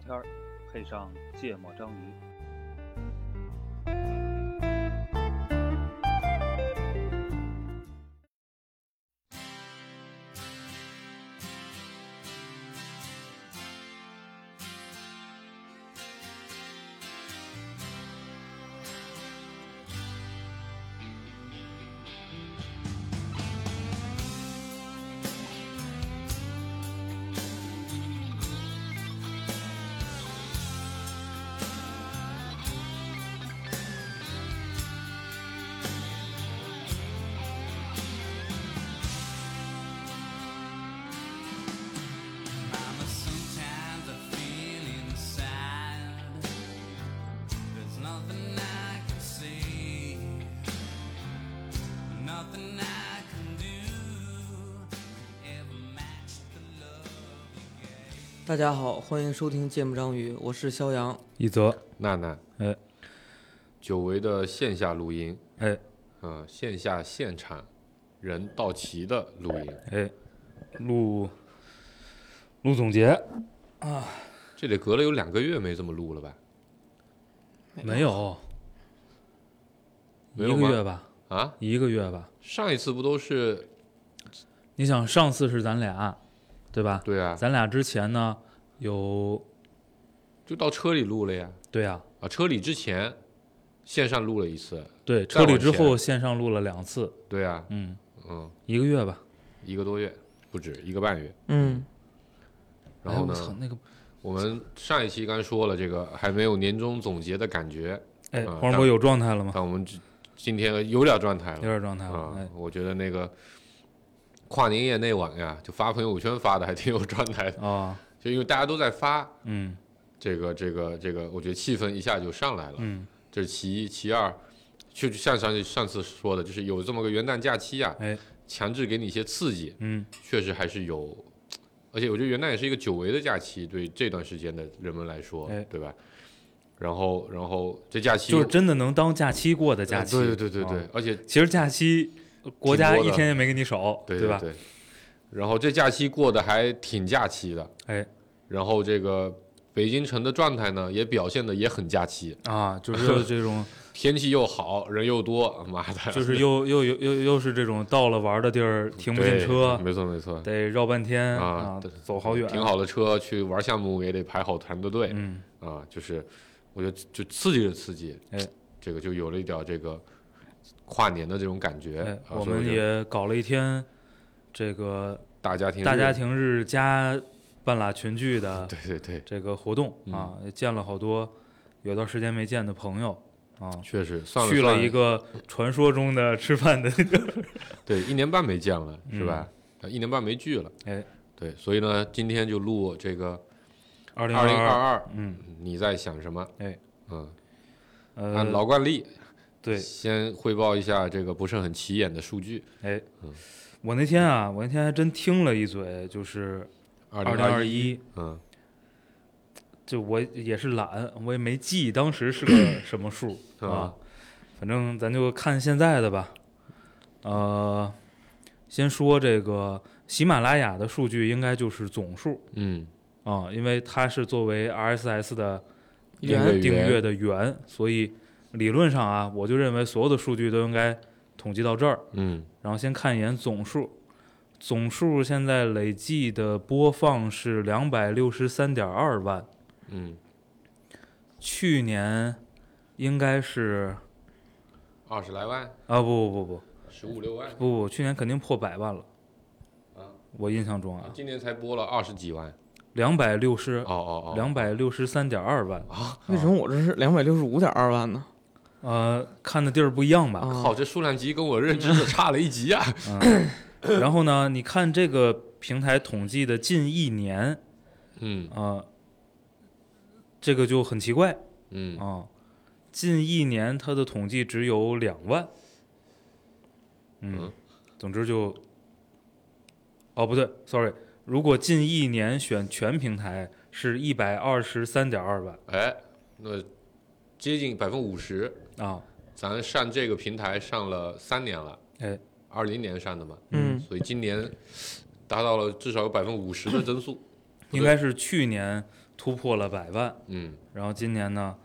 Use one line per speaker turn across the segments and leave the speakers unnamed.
片儿，配上芥末章鱼。
Mama, sometimes I feel inside There's nothing I can say Nothing I can do ever match the love you gave
大家好，欢迎收听《芥末章鱼》，我是肖阳。
一则，
娜娜，
哎，
久违的线下录音，
哎，
嗯、线下现场人到齐的录音，
哎，录录总结
这得隔了有两个月没这么录了吧？
没有？
没
一
有
个月
吗？
吧，
啊，
一个月吧。
上一次不都是？
你想，上次是咱俩，对吧？
对啊，
咱俩之前呢有，
就到车里录了呀。
对啊，
啊，车里之前线上录了一次，
对，
再
车
往
里之后
前
线上录了两次，
对啊，
嗯，
嗯，
一个月吧。
一个多月不止，一个半月。
嗯，
然后
哎我操
呢，
那个，
我们上一期刚说了这个还没有年终总结的感觉，
哎，
嗯
黄渤有状态了吗？
但我们这今天有点状态了
有。点状态了
啊，，
哎，
我觉得那个跨年夜那晚呀，就发朋友圈发的还挺有状态的，
哦，
就因为大家都在发，
嗯
这个这个这个，我觉得气氛一下就上来了。
嗯，
这是其一，其二，就像上上次说的，就是有这么个元旦假期呀，
哎，
强制给你一些刺激，
嗯，
确实还是有。而且我觉得元旦也是一个久违的假期，对这段时间的人们来说
哎，
对吧？然后，然后这假期哎
就是真的能当假期过的假期。
呃对对对对对
哦，
而且
其实假期国家
挺多
一
的
天也没给你少，
对
吧？
对。然后这假期过得还挺假期的，
哎，
然后这个北京城的状态呢，也表现的也很假期，
啊， 就是这种，
天气又好，人又多， 妈的，
就是又又又又又是这种到了玩的地儿停不进
嗯对
车，
没错没错，
得绕半天
啊对
走好远，
停，好的车去玩项目也得排好团的队，
嗯，
啊，就是我觉得就刺激着刺激，
哎，
这个就有了一点这个跨年的这种感觉，
哎
啊，
我
所以
们
就
也搞了一天这个
大家庭
大
日
家，庭日加半拉群聚的
对嗯对对，
这个活动啊，也见了好多有段时间没见的朋友啊，
确实算
去
了
了一
个。
个传说中的吃饭的
对，一年半没见了，是吧？呃一年半没聚了，
嗯哎，
对，所以呢，今天就录这个
二零
二零二
二，
二，
嗯，
你在想什么？
哎，
嗯，按
呃，
老嗯惯例，
对，
先汇报一下这个不是很起眼的数据，
哎，我那天啊，我那天还真听了一嘴，就是
二
二
零
零二
一，
一，
嗯，
就我也是懒，我也没记当时是 个什么数啊
啊，
反正咱就看现在的吧。呃，先说这个喜马拉雅的数据，应该就是总数
嗯，
啊，因为它是作为 RSS 的
订
源
阅
订阅
源，
的源，所以理论上啊，我就认为所有的数据都应该统计到这儿。
嗯，
然后先看一眼总数，总数现在累计的播放是两百六十三点二万，
嗯，
去年应该是
二十来万，
啊不不不不
十五六万，
不不，去年肯定破百万了，我印象中啊，
今年才播了二十几万，
两百六十
哦哦哦，啊
两百六十三点二万，
为什么我这是两百六十五点二万呢？
呃，看的地儿不一样吧，
啊，
靠，这数量级跟我认知的差了一级啊，
然后呢，你看这个平台统计的近一年
嗯
啊、这个就很奇怪，
嗯，
啊，近一年它的统计只有两万。嗯
嗯，
总之就，哦不对，sorry，如果近一年选全平台是一百二十三点二万
哎，那接近百分五十，
啊，
咱上这个平台上了三年了，
哎，
二零年上的嘛，
嗯
所以今年达到了至少有百分之五十的增速。
应该是去年突破了百万，
嗯，
然后今年呢，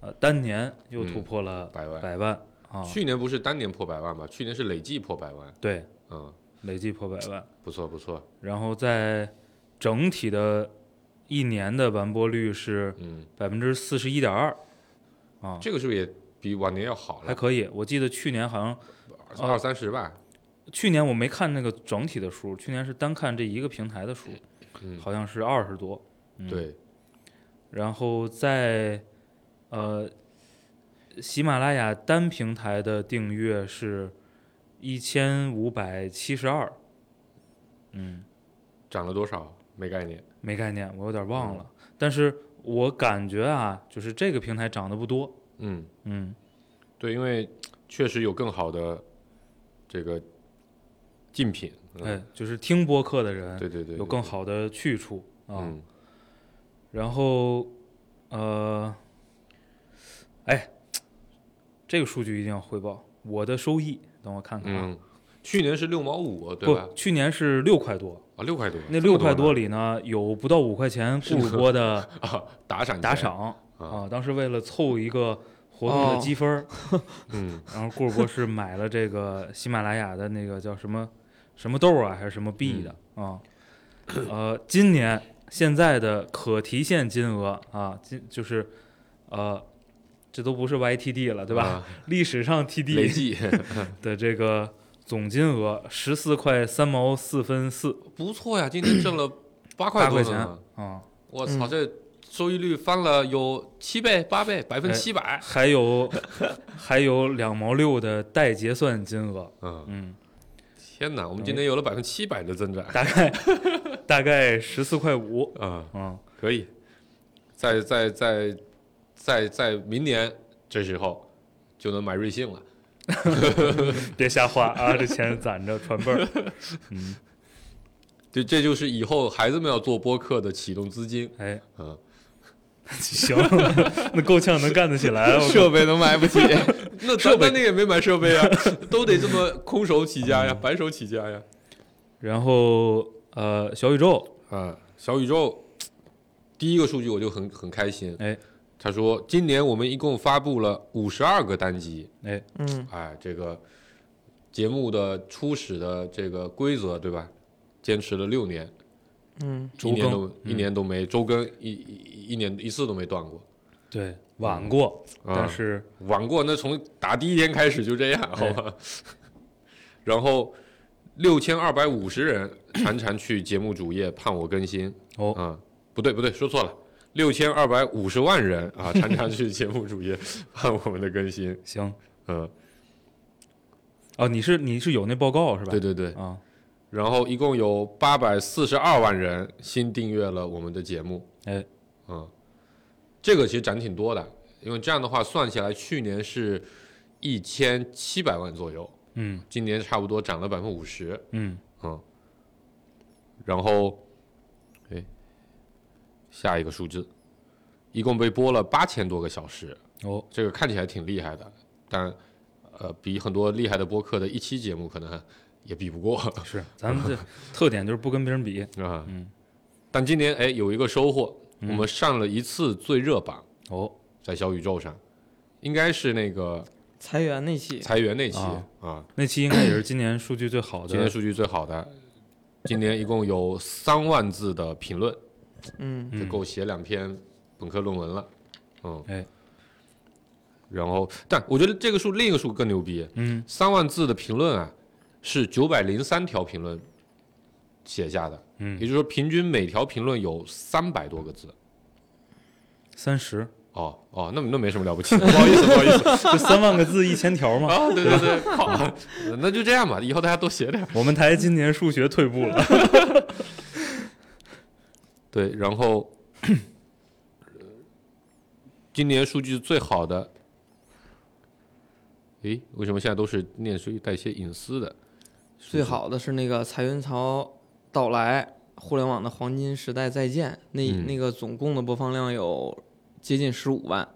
呃，单年又突
嗯
破了
百万。
百万啊，
去年不是单年破百万吗？去年是累计破百万。
对，
嗯，
累计破百万。
不错不错。
然后在整体的一年的完播率是
嗯，
百分之四十一点二，啊，
这个是不是也比往年要好
还
了？
可以。啊我记得去年好像，
二三十吧。
去年我没看那个整体的数，去年是单看这一个平台的数，
嗯，
好像是二十多。嗯，
对，
然后在呃喜马拉雅单平台的订阅是一千五百七十二，嗯，
涨了多少？没概念。
没概念，我有点忘了。
嗯
但是我感觉啊，就是这个平台涨得不多，
嗯，
嗯，
对，因为确实有更好的这个竞品。嗯
哎，就是听播客的人
对对对，
有更好的去处
对。
啊。
嗯，
然后呃，哎，这个数据一定要汇报我的收益，等我看看啊。
嗯，去年是六毛五，对吧
不，？去年是六块多，
啊，六块多，
那
这么
六块
呢
多里呢，有不到五块钱顾主播的
啊，打赏
打
钱，
赏啊。当时为了凑一个活动
哦
的积分儿，
嗯，
然后顾主播是买了这个喜马拉雅的那个叫什么什么豆儿啊，还是什么币的
嗯
啊？呃，今年现在的可提现金额啊，今就是呃，这都不是 YTD 了，对吧？
啊？
历史上
累
TD
计
的这个总金额十四块三毛四分四
不错呀，今天挣了八块
八
多
块
呢
钱啊，
我操，这收益率翻了有七倍、八倍，百分之七百。
还有 还有两毛六的待结算金额，
嗯，哎
嗯，
天哪，我们今天有了百分之七百的增长
大概大概十四块五，
啊，
嗯，
可以。在在在在在明年这时候就能买瑞幸了。
别瞎花啊，这钱攒着传辈儿，
这这就是以后孩子们要做播客的启动资金。
哎，
嗯，
行，那够呛能干得起来，我
设备都买不起，
那咱们那个也没买设备 啊，都得这么空手起家呀，白手起家呀。
然后呃，小宇宙，
啊，小宇宙第一个数据我就很很开心。
哎，
他说今年我们一共发布了五十二个单集，
哎，
嗯，
哎，这个节目的初始的这个规则对吧？坚持了六年，
嗯，
一年
周
都
更
一年都没周更，一一一年一次都没断过。
对，晚过，
啊
但是
晚过那从打第一天开始就这样，好吧？然后六千二百五十人常常去节目主页盼我更新。
哦
啊、不对不对，说错了，六千二百五十万人啊，常常去节目主页盼我们的更新。
行，
嗯，
哦，你是你是有那报告是吧？
对对对。
啊，
然后一共有八百四十二万人新订阅了我们的节目。
哎，
嗯，这个其实涨挺多的，因为这样的话算起来，去年是一千七百万左右。
嗯
今年差不多涨了百分之五十，
嗯，
嗯，然后，哎，下一个数字，一共被播了八千多个小时，
哦，
这个看起来挺厉害的，但呃，比很多厉害的播客的一期节目可能也比不过 啊、
是，咱们这特点就是不跟别人比，嗯
但今年哎有一个收获，我们上了一次最热榜，
哦，
在小宇宙上，应该是那个
裁员那期，
裁员那期
啊
啊，
那期应该也是今年数据最好
今年
的，
数据最好的，今年一共有三万字的评论。
嗯，
就
嗯
够写两篇本科论文了。嗯，
哎，
然后，但我觉得这个数另一个数更牛逼，
嗯，
三万字的评论啊，是九百零三条评论写下的，
嗯
也就是说平均每条评论有三百多个字。
三 十，
哦哦，那那没什么了不起的，不好意思不好意思
就三万个字一千条嘛。
啊， 对对对， 好，那就这样吧，以后大家多写点。
我们台今年数学退步 了，
对，然后呃今年数据最好的，诶，为什么现在都是念书带一些隐私的？
最好的是那个彩云潮到来，互联网的黄金时代再见，那、
嗯
那个总共的播放量有接近十五万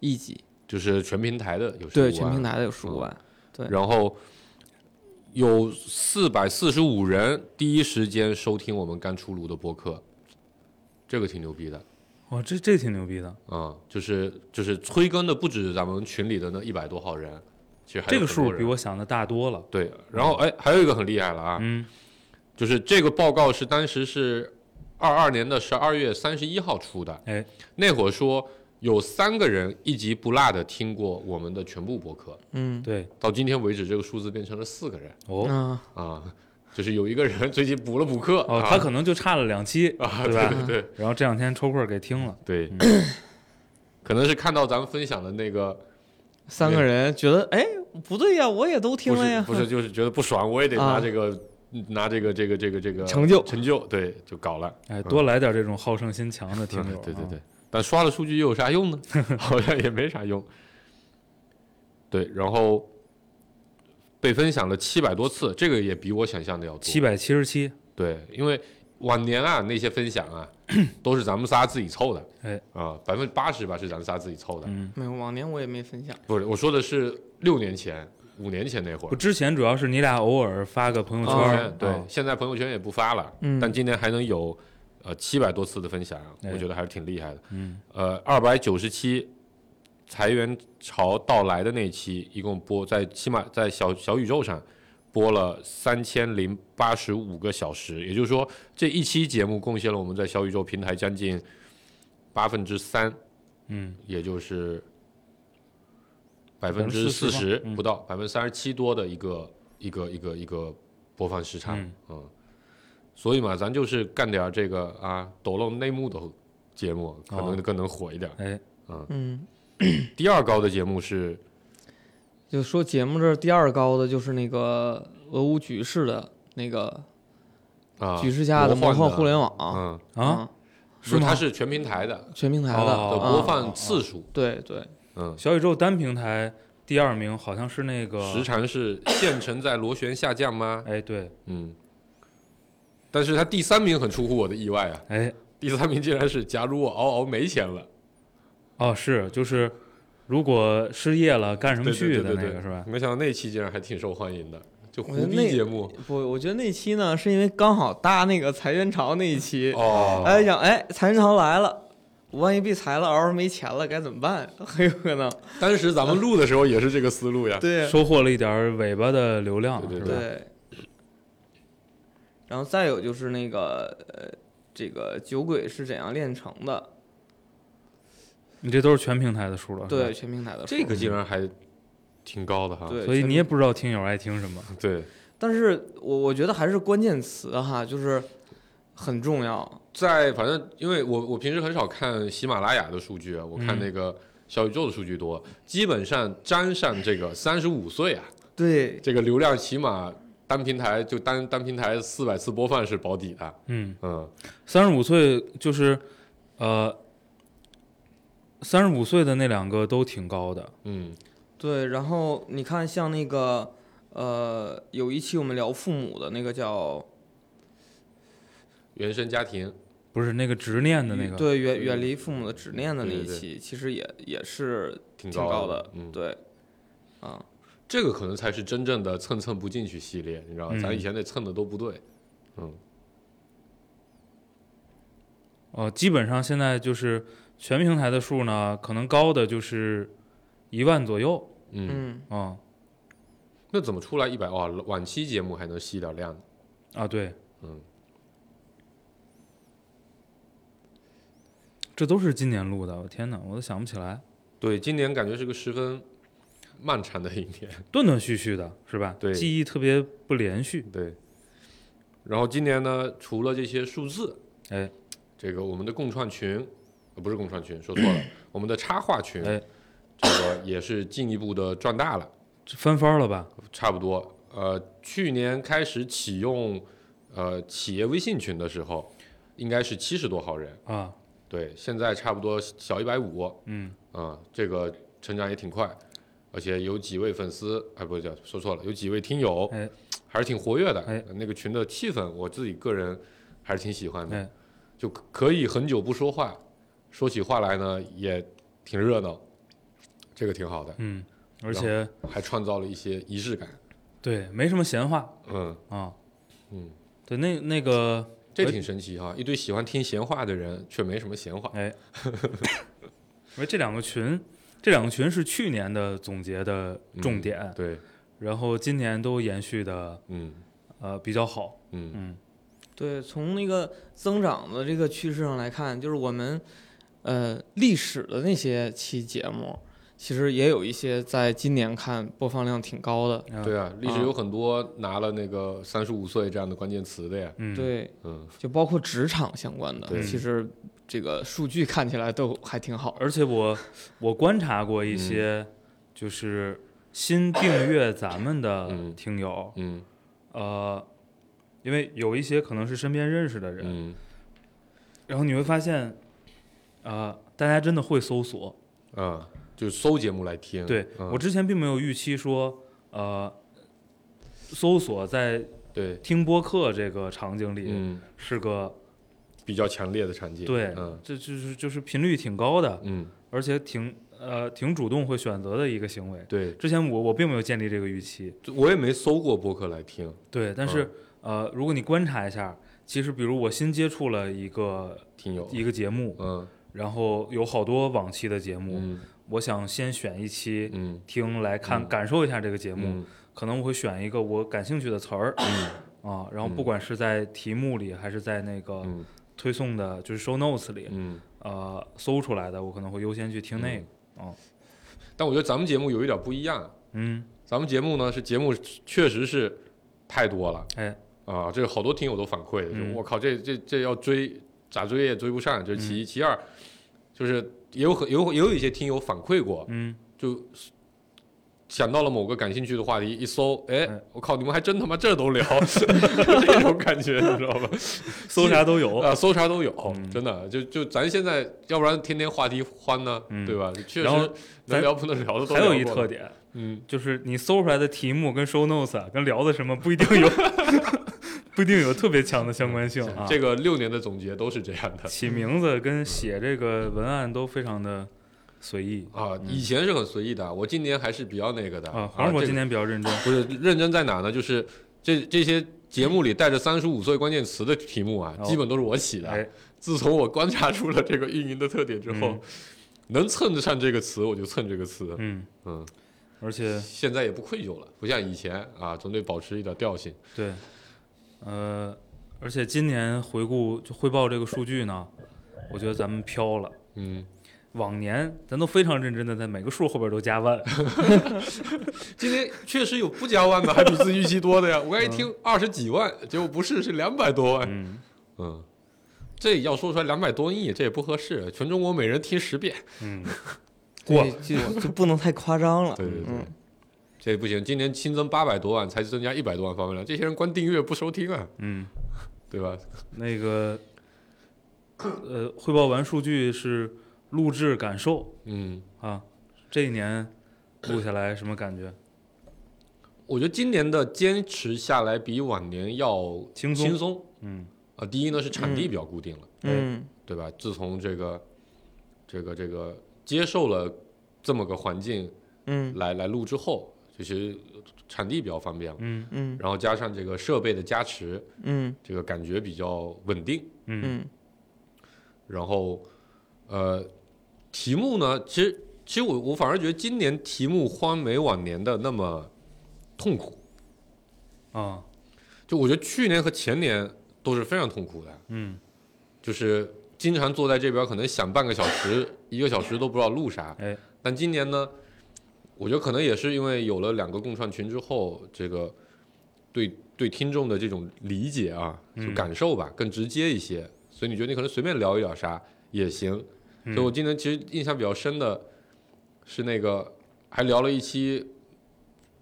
一集，
就是全平台的有15啊
对，
万
全平，台的有十五啊万，对
然后有四百四十五人第一时间收听我们刚出炉的播客，这个挺牛逼的。
哇，这这挺牛逼的，
啊、就是就是催更的不止咱们群里的那一百多号人，其实还有
这个
很多
数
人
比我想的大多了。
对。然后哎，还有一个很厉害了啊，
嗯，
就是这个报告是当时是二二年的十二月三十一号出的，
哎，
那会儿说有三个人一集不落的听过我们的全部播客，
嗯，
对，
到今天为止这个数字变成了四个人
哦
啊，
啊，就是有一个人最近补了补课，
哦，
啊
他可能就差了两期，
啊，
对
对
吧？嗯
对对
然后这两天抽空给听了，
对， 可能是看到咱们分享的那个
三个人觉得哎不对呀，我也都听
不
了
是
呀，
不是，就是觉得不爽，我也得拿
啊
这个、拿这个这个这个这个
成就
成就，对，就搞了。
哎，多来点这种好胜心强的听友、啊
嗯对对对，，但刷了数据又有啥用呢？ 好像也没啥用。对，然后被分享了七百多次，这个也比我想象的要多。
七百七十七，
对，因为往年啊那些分享 啊，都是咱们仨自己凑的，
哎
啊，百分之八十吧是咱仨自己凑的。
嗯，
没有，往年我也没分享，
不是，我说的是六年前、五年前那
不，
会儿。
之前主要是你俩偶尔发个朋友圈，
哦
啊
对，现在朋友圈也不发了，
嗯
但今年还能有呃七百多次的分享，
哎
我觉得还是挺厉害的。
嗯，
呃，二百九十七裁员潮到来的那期，一共播在起码在小小宇宙上播了三千零八十五个小时，也就是说这一期节目贡献了我们在小宇宙平台将近八分之三，
嗯，
也就是百分之四十
40%嗯
不到，百分之三十七多的一个一个一个一个播放时长，
嗯
所以嘛，咱就是干点儿这个啊抖露内幕的节目，可能
哦
更能火一点儿。
哎，
嗯，
第二高的节目是
就说节目这儿第二高的就是那个俄乌局势的那个
啊，
局势下的魔幻
幻
互
联
联网
嗯，
啊，，
是它是全平台的
全平台的
的
哦
播
啊
放次数，
对对，
嗯，
小宇宙单平台第二名好像是那个
时，长是县城在螺旋下降吗？
哎，对，
嗯，但是它第三名很出乎我的意外啊，
哎，
第三名竟然是假如我嗷嗷没钱了，
哦，是，就是如果失业了干什么
对
去
对
的
对
那
对
个
对，
是吧？
没想到那期竟然还挺受欢迎的，就
我觉
胡
得
逼
那
节目
不，我觉得那期呢是因为刚好搭那个裁员潮那一期，
哦，
哎想哎裁员潮来了，我万一被裁了，嗷嗷没钱了该怎么办？ 很有可能，
当时咱们录的时候也是这个思路呀，
对
收获了一点儿尾巴的流量，
对对
是吧？
对。然后再有就是那个呃，这个酒鬼是怎样炼成的？
啊
你这都是全平台的数了，是吧
对，，全平台的
这
数
个竟然还挺高的哈，
对，
所以
全
你也不知道听友爱听什么，
对，
但是我我觉得还是关键词哈，就是很重要。
在反正因为我我平时很少看喜马拉雅的数据，啊我看那个小宇宙的数据多，基本上沾上这个三十五岁啊，
对，
这个流量起码单平台就单单平台四百次播放是保底的，
嗯，
嗯，
三十五岁就是，呃，三十五岁的那两个都挺高的，
嗯，
对，然后你看，像那个呃，有一期我们聊父母的那个叫
原生家庭，
不是那个执念的那个，
对远远离父母的执念的那
对
一
对对
期，其实也也是
挺
挺
高
高
的嗯
对，啊，
这个可能才是真正的蹭蹭不进去系列，你知道吧？
嗯
咱以前那蹭的都不对，
呃，基本上现在就是全平台的数呢，可能高的就是一万左右，
嗯，
嗯，
啊、
那怎么出来一百？哇，晚期节目还能吸点量，
啊，对，
嗯，
这都是今年录的，我天哪，我都想不起来，
对，今年感觉是个十分漫长的一年。
断断续续的是吧？
对
记忆特别不连续，
对。然后今年呢，除了这些数字，
哎，
这个我们的共创群，呃不是共创群，说错了，我们的插画群，
哎
这个也是进一步的壮大了，
这翻番了吧？
差不多。呃，去年开始启用呃企业微信群的时候，应该是七十多号人，
啊，
对，现在差不多小一百五，
嗯，
啊，这个成长也挺快，而且有几位粉丝，哎，不是叫说错了，有几位听友，
哎
还是挺活跃的。
哎
那个群的气氛，我自己个人还是挺喜欢的，
哎
就可可以很久不说话，说起话来呢也挺热闹，这个挺好的，
嗯，而且
还创造了一些仪式感。
对，没什么闲话
嗯，
啊，
嗯，
对，那那个
这挺神奇哈、一堆喜欢听闲话的人却没什么闲话。
哎， 因为这两个群，这两个群是去年的总结的
嗯
重点，
对，
然后今年都延续的
嗯
呃比较好。
嗯
嗯
对，从那个增长的这个趋势上来看，就是我们呃历史的那些期节目，其实也有一些在今年看播放量挺高的。
嗯
对啊，历史有很多拿了那个三十五岁这样的关键词的呀。
嗯，
对，
嗯，
就包括职场相关的，
对
其实这个数据看起来都还挺好。
而且我我观察过
嗯
一些，就是新订阅咱们的
嗯
听友，
嗯
呃，因为有一些可能是啊身边认识的人，
嗯
然后你会发现，呃，大家真的会搜索。
啊，就是搜节目来听。
对、
嗯
我之前并没有预期说，呃，搜索在
对，
听播客这个场景里
嗯，
是个、
比较强烈的产界。
对，
嗯
这就是就是频率挺高的，
嗯，
而且挺呃挺主动会选择的一个行为。
对，
之前我我并没有建立这个预期，
我也没搜过播客来听。
对，但
嗯
是、呃，如果你观察一下，其实比如我新接触了一个
听友，
一个节目，
嗯
然后有好多往期的节目，
嗯
我想先选一期
嗯
听来看，
嗯
感受一下这个节目，
嗯
可能我会选一个我感兴趣的词儿。啊，然后不管是在题目里，还是在那个
嗯
推送的，就是 show notes 里，
嗯，
呃，搜出来的，我可能会优先去听那个。哦
但我觉得咱们节目有一点不一样，
嗯，
咱们节目呢是节目确实是太多了
哎，
啊，这个好多听友都反馈，就
嗯
我靠，这这这要追咋追也追不上，这是
嗯
其一，其二就是也有很也有也有一些听友反馈过，
嗯，
就想到了某个感兴趣的话题，一搜，哎
哎，
我靠，你们还真他妈这都聊， 这种感觉你知道吧？
搜啥都 有。
啊，搜啥都有，
嗯
真的，就就咱现在，要不然天天话题欢呢，
嗯
对吧？确
然后
实能聊不能聊的都
还有
聊
一
过
特
了，
点，
嗯，
就是你搜出来的题目跟 show notes 啊，跟聊的什么不一定有， 不一定有特别强的相关性啊。嗯
这个六年的总结都是这样的
起名字跟写这个文案都非常的随意
啊，以前是很随意的，我今年还是比较那个的
啊。反正我
嗯这
今
个
天比较认真，
不是认真在哪呢？就是这这些节目里带着三十五岁关键词的题目啊，
哦
基本都是我起的。
哎，
自从我观察出了这个运营的特点之后
嗯，
能蹭得上这个词我就蹭这个词，
嗯，
嗯，
而且
现在也不愧疚了，不像以前啊，总得保持一点调性。
对，呃，而且今年回顾就汇报这个数据呢，我觉得咱们飘了。
嗯，
往年咱都非常认真的在每个数后边都加万，
今天确实有不加万的，还比自己预期多的呀。我刚一听二十几万，结果不是，是两百多万。
嗯，
嗯，这要说出来两百多亿，这也不合适。全中国每人听十遍，
嗯，
对，就就不能太夸张了。
对对对
嗯，
这不行。今年新增八百多万，才增加一百多万访问量，这些人光订阅不收听啊，
嗯，
对吧？
那个，呃，汇报完数据是录制感受
嗯，
啊，这一年录下来什么感觉？
我觉得今年的坚持下来比往年要
轻松
轻松
嗯
啊。第一呢是产地比较固定了。
嗯，
对吧？自从这个这个这个接受了这么个环境
嗯
来来录之后，其实产地比较方便了，
嗯
嗯
然后加上这个设备的加持，
嗯
这个感觉比较稳定。
嗯
嗯
然后呃，题目呢，其实其实我我反而觉得今年题目荒没往年的那么痛苦，
啊
就我觉得去年和前年都是非常痛苦的，
嗯，
就是经常坐在这边，可能想半个小时、一个小时都不知道录啥。
哎，
但今年呢，我觉得可能也是因为有了两个共创群之后，这个对对听众的这种理解啊，就感受吧，更直接一些。所以你觉得你可能随便聊一聊啥也行。所以我今年其实印象比较深的是那个，还聊了一期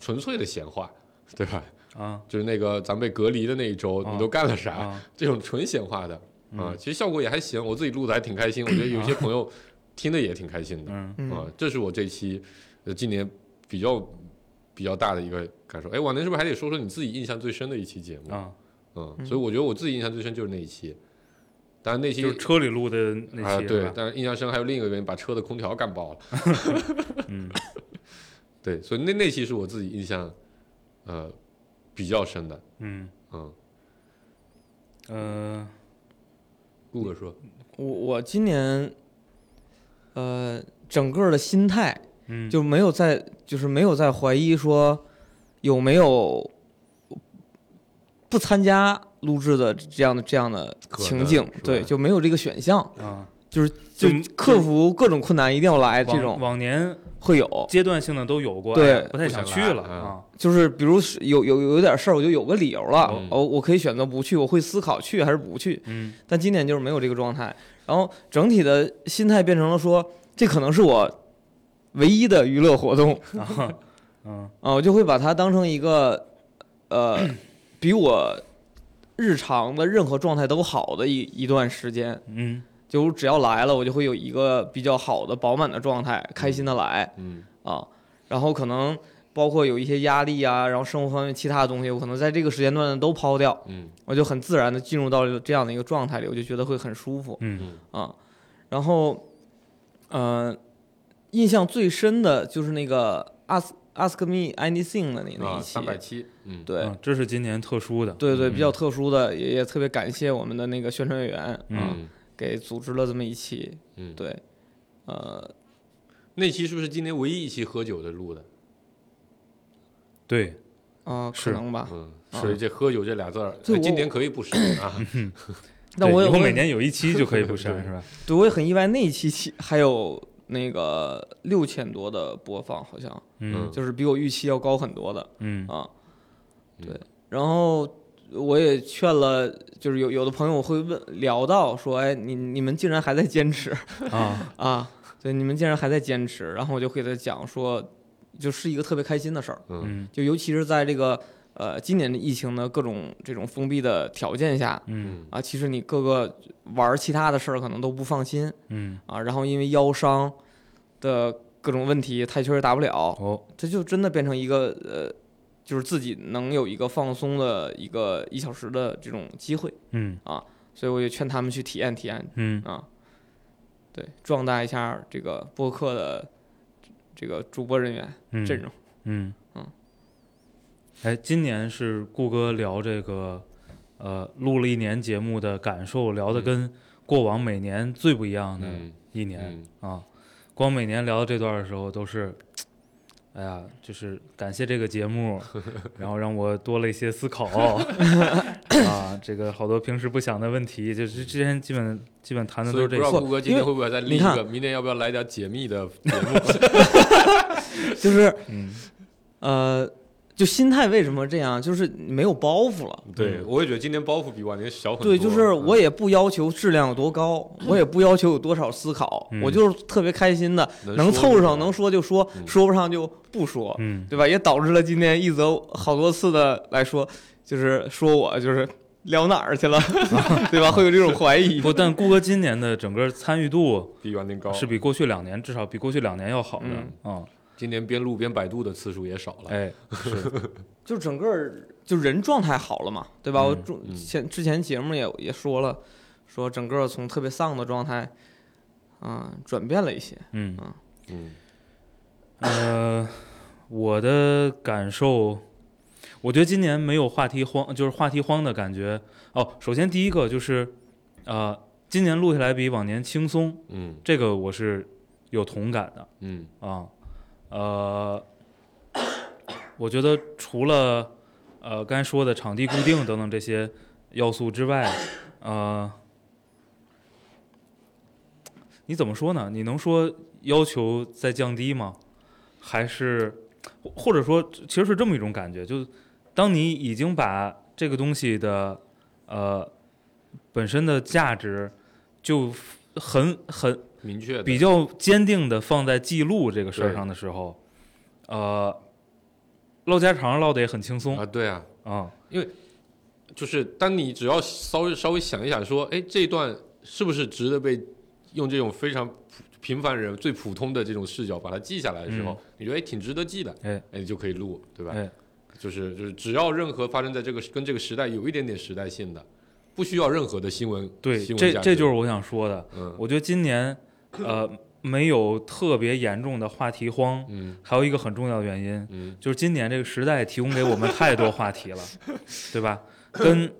纯粹的闲话，对吧？
啊
就是那个咱们被隔离的那一周，
啊
你都干了啥？
啊，
这种纯闲话的
嗯
啊、其实效果也还行，我自己录的还挺 开心，我觉得有些朋友听的也挺开心的啊、
嗯
嗯
这是我这期呃今年比较比较大的一个感受。哎，往年是不是还得说说你自己印象最深的一期节目？
啊，
嗯，所以我觉得我自己印象最深就是那一期，但是那期
就是车里录的那
啊、
期是
对
吧，？
但是印象深还有另一个原因，把车的空调 干爆了。
嗯，
对，所以那那期是我自己印象呃比较深的。
嗯
嗯
呃，
顾哥说，
我我今年，呃，整个的心态
嗯，
就没有在，就是没有在怀疑说有没有不参加录制的这样的这样的
可能
情景
是吧，
对，就没有这个选项，
啊，
就是
就
就克服各种困难一定要来，
往
哎这种
往年
会有，
阶段性的都有过，
对
哎呀不太想去
不
了
想来
啊，
就是比如是有有有点事儿，我就有个理由了，
嗯
我我可以选择不去，我会思考去还是不去，
嗯
但今年就是没有这个状态。然后整体的心态变成了说，这可能是我唯一的娱乐活动
啊，嗯
啊，我就会把它当成一个呃比我日常的任何状态都好的一一段时间。
嗯
就只要来了，我就会有一个比较好的饱满的状态，开心的来
嗯，
啊。然后可能包括有一些压力啊，然后生活方面其他的东西，我可能在这个时间段都抛掉，
嗯，
我就很自然的进入到这样的一个状态里，我就觉得会很舒服。
嗯
啊，然后，呃，印象最深的就是那个 ask ask me anything 的那那
啊，
一期，
三百七，嗯，
对、
啊这是今年特殊的，
对对，
嗯
比较特殊的，也也特别感谢我们的那个宣传员，啊，
嗯
给组织了这么一期，
嗯，
对，呃，
那期是不是今年唯一一期喝酒的录的？
对，
啊、可
是
能吧，
嗯，
啊
所以这喝酒这俩字儿，
对
哎
我
今年可以不少啊。
但
对
我也
以
我
后
也
每年有一期就可以不删
对
是吧？
对我也很意外，那一期期 还有那个六千多的播放，好像
嗯
就是比我预期要高很多的，
嗯
啊，
嗯
对，然后我也劝了，就是有有的朋友会问聊到说，哎，你你们竟然还在坚持
啊，
啊？对，你们竟然还在坚持，然后我就给他讲说，就是一个特别开心的事儿，
嗯
嗯
就尤其是在这个呃今年的疫情的各种这种封闭的条件下
嗯
嗯
啊，其实你各个玩儿其他的事儿可能都不放心
嗯，
啊，然后因为腰伤的各种问题，台球也打不了，
哦，
这就真的变成一个呃，就是自己能有一个放松的一个一小时的这种机会，啊
嗯
所以我也劝他们去体验体验
嗯
啊，对，壮大一下这个播客的这个主播人员
嗯，
阵容。
嗯
嗯，
哎，今年是顾哥聊这个，呃，录了一年节目的感受，聊的
嗯
跟过往每年最不一样的
嗯
一年、
嗯
啊。光每年聊到这段的时候，都是，哎呀，就是感谢这个节 目，然后让我多了一些思考啊，这个好多平时不想的问题，就是之前基本基本谈的都
所以
是
不
这
知道
些。
顾哥今
因为
天会不会再立一
你
个，
看
明年要不要来点解密的节目？
就是
嗯
呃，就心态为什么这样？就是没有包袱了。
对，嗯我也觉得今年包袱比往年小很多。嗯
对，就是我
也
也不要求质量有多高，我也不要求有多少思考，
嗯
我就是特别开心的，
能
能
说
凑
就
上
好
能说就说，
嗯
说不上就不说。
嗯
对吧？也导致了今天一则好多次的来说，就是说我就是聊哪儿去 了，对吧？会有这种怀疑。
不，但顾哥今年的整个参与度
嗯比往年高，
是比过去两年，至少比过去两年要好的
嗯
啊、
今年边录边百度的次数也少了。
哎，是，
就整个儿就人状态好了嘛，对吧？
嗯
我中
嗯
前之前节目也也说了，说整个儿从特别丧的状态，啊、转变了一些。
嗯，
嗯
呃，我的感受，我觉得今年没有话题荒，就是话题荒的感觉。哦，首先第一个就是，呃，今年录下来比往年轻松，
嗯
这个我是有同感的
嗯
啊、呃， 我觉得除了呃刚才说的场地固定等等这些要素之外，呃，你怎么说呢？你能说要求在降低吗？还是或或者说，其实是这么一种感觉，就当你已经把这个东西的呃本身的价值就很很
明确的
比较坚定的放在记录这个事儿上的时候，呃，唠家常唠的也很轻松
啊，对啊，
啊，
就是当你只要稍微稍微想一想，说，哎，这段是不是值得被用这种非常普平凡人最普通的这种视角把它记下来的时候，你觉得哎挺值得记的，
嗯哎
哎，你就可以录，对吧？
哎
就是就是只要任何发生在这个跟这个时代有一点点时代性的，不需要任何的新闻，
对，
新闻
这
价值
这就是我想说的。
嗯
我觉得今年呃没有特别严重的话题荒，
嗯
还有一个很重要的原因
嗯
就是今年这个时代提供给我们太多话题了，对吧？跟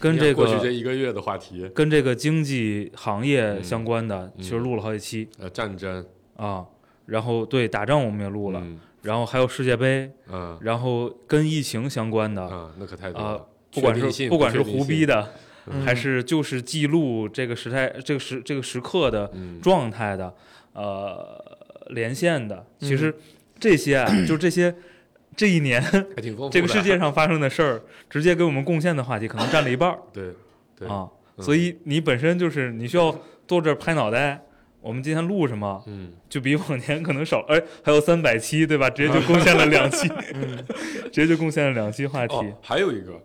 跟这
过去这
个
一个月的话题，
跟这个经济行业相关的，
嗯
其实录了好几期
呃，战争
啊。然后对打仗我们也录了，
嗯
然后还有世界杯，
嗯
然后跟疫情相关的，
啊，那可太多
啊
了。
不管
确定
是
性
不管是
确定性
胡逼的，
嗯
还是就是记录这个时态、这个时这个时刻的
嗯
状态的，呃，连线的，
嗯
其实这些啊，就这些这一年
还挺丰富的。
这个世界上发生的事儿，直接给我们贡献的话题，可能占了一半儿
对 对，
啊。
嗯
所以你本身就是你需要坐这儿拍脑袋。我们今天录什么，
嗯，
就比往年可能少，哎，还有三百期，对吧？直接就贡献了两 期，
嗯
直接就贡献了两期话题。
哦，还有一个，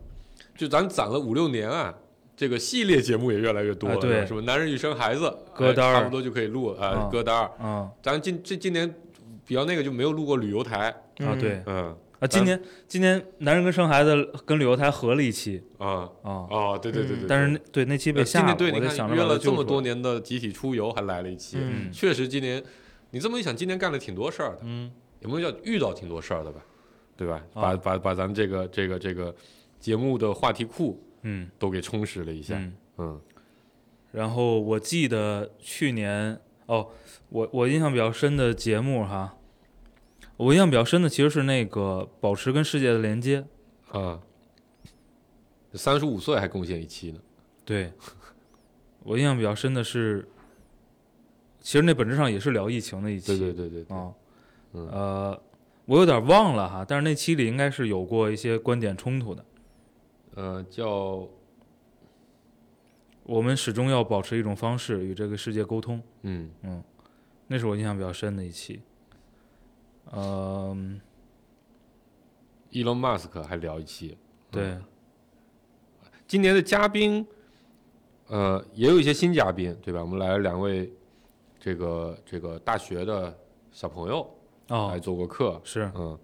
就咱攒了五六年啊，这个系列节目也越来越多了，
啊对
是吧什么男人与生孩子
歌单儿
哎差不多就可以录呃
啊，
歌单儿。
嗯
咱今这今年比较那个就没有录过旅游台，
啊，对，，
嗯
啊，今年今年男人跟生孩子跟旅游台合了一期
啊
啊，
哦，对对对
嗯
对，
但是那对那期
对
被
呃今
下了，
年对，
我
你
在想
看
着把
约
它
了这
救出
么多
来，
年的集体出游还来了一期，
嗯
确实今年你这么一想，今年干了挺多事儿的，
嗯
也不能叫遇到挺多事儿的吧，对吧？
啊
把把把咱们这个这个这个节目的话题库
嗯
都给充实了一下，
嗯。
嗯
然后我记得去年哦，我我印象比较深的节目哈，我印象比较深的其实是那个保持跟世界的连接，
啊，三十五岁还贡献一期呢，
对我印象比较深的是，其实那本质上也是聊疫情的一期，
对对对对对，
啊，
嗯
呃，我有点忘了哈，但是那期里应该是有过一些观点冲突的。
呃，叫
我们始终要保持一种方式与这个世界沟通，
嗯
那是我印象比较深的一期。嗯，
，Elon Musk 还聊一期，
对，
嗯今年的嘉宾，呃，也有一些新嘉宾，对吧？我们来了两位这个这个大学的小朋友来
哦，
做过客，
是
嗯，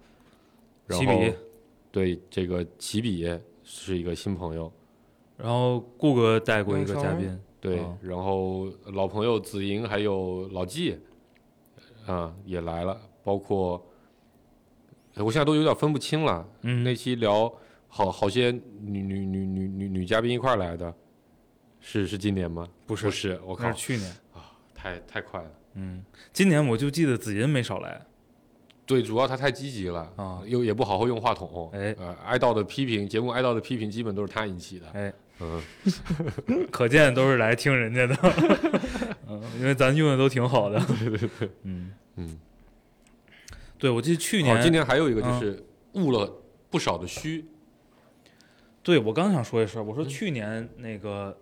然
起
后
笔，
对这个起笔是一个新朋友，
然后顾哥带过一个嘉宾，
对，
哦
然后老朋友子莹还有老纪，啊、也来了，包括呃我现在都有点分不清了。
嗯，
那期聊好好些女女女女女女嘉宾一块儿来的，是是今年吗？
不
不是，我靠
那是，去年，
太太快了。
嗯，今年我就记得子银没少来，
对，主要他太积极了
啊
又也不好好用话筒。
哎
呃，哀悼的批评，节目哀悼的批评基本都是他引起的。
哎，
嗯，
可见都是来听人家的， 嗯，因为咱用的都挺好的，对对对，嗯
嗯，
对，我记得去
哦
年，
今年还有一个就
嗯
是悟了不少的虚，
对我刚想说一事儿，我说
嗯
去年那个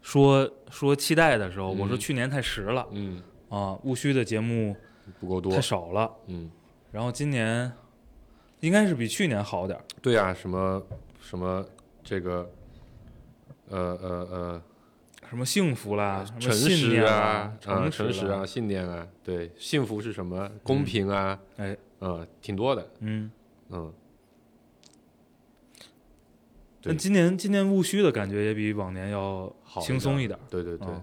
说说期待的时候，我说
嗯
去年太实了
嗯，
啊，务虚的节目
不够多
太。少了，
嗯，
然后今年应该是比去年好点儿，
对啊，什么什么这个，呃呃
什么幸福啦
呃，，
什
诚
么信
实
念
啊，啊
诚
诚
实
实
啦
啊，，信念啊，对，幸福是什么？公平啊，
哎，
嗯，挺多的，
嗯，
嗯，对
但今年今年务虚的感觉也比往年要
好
轻松一
一
点儿，
对对对
啊，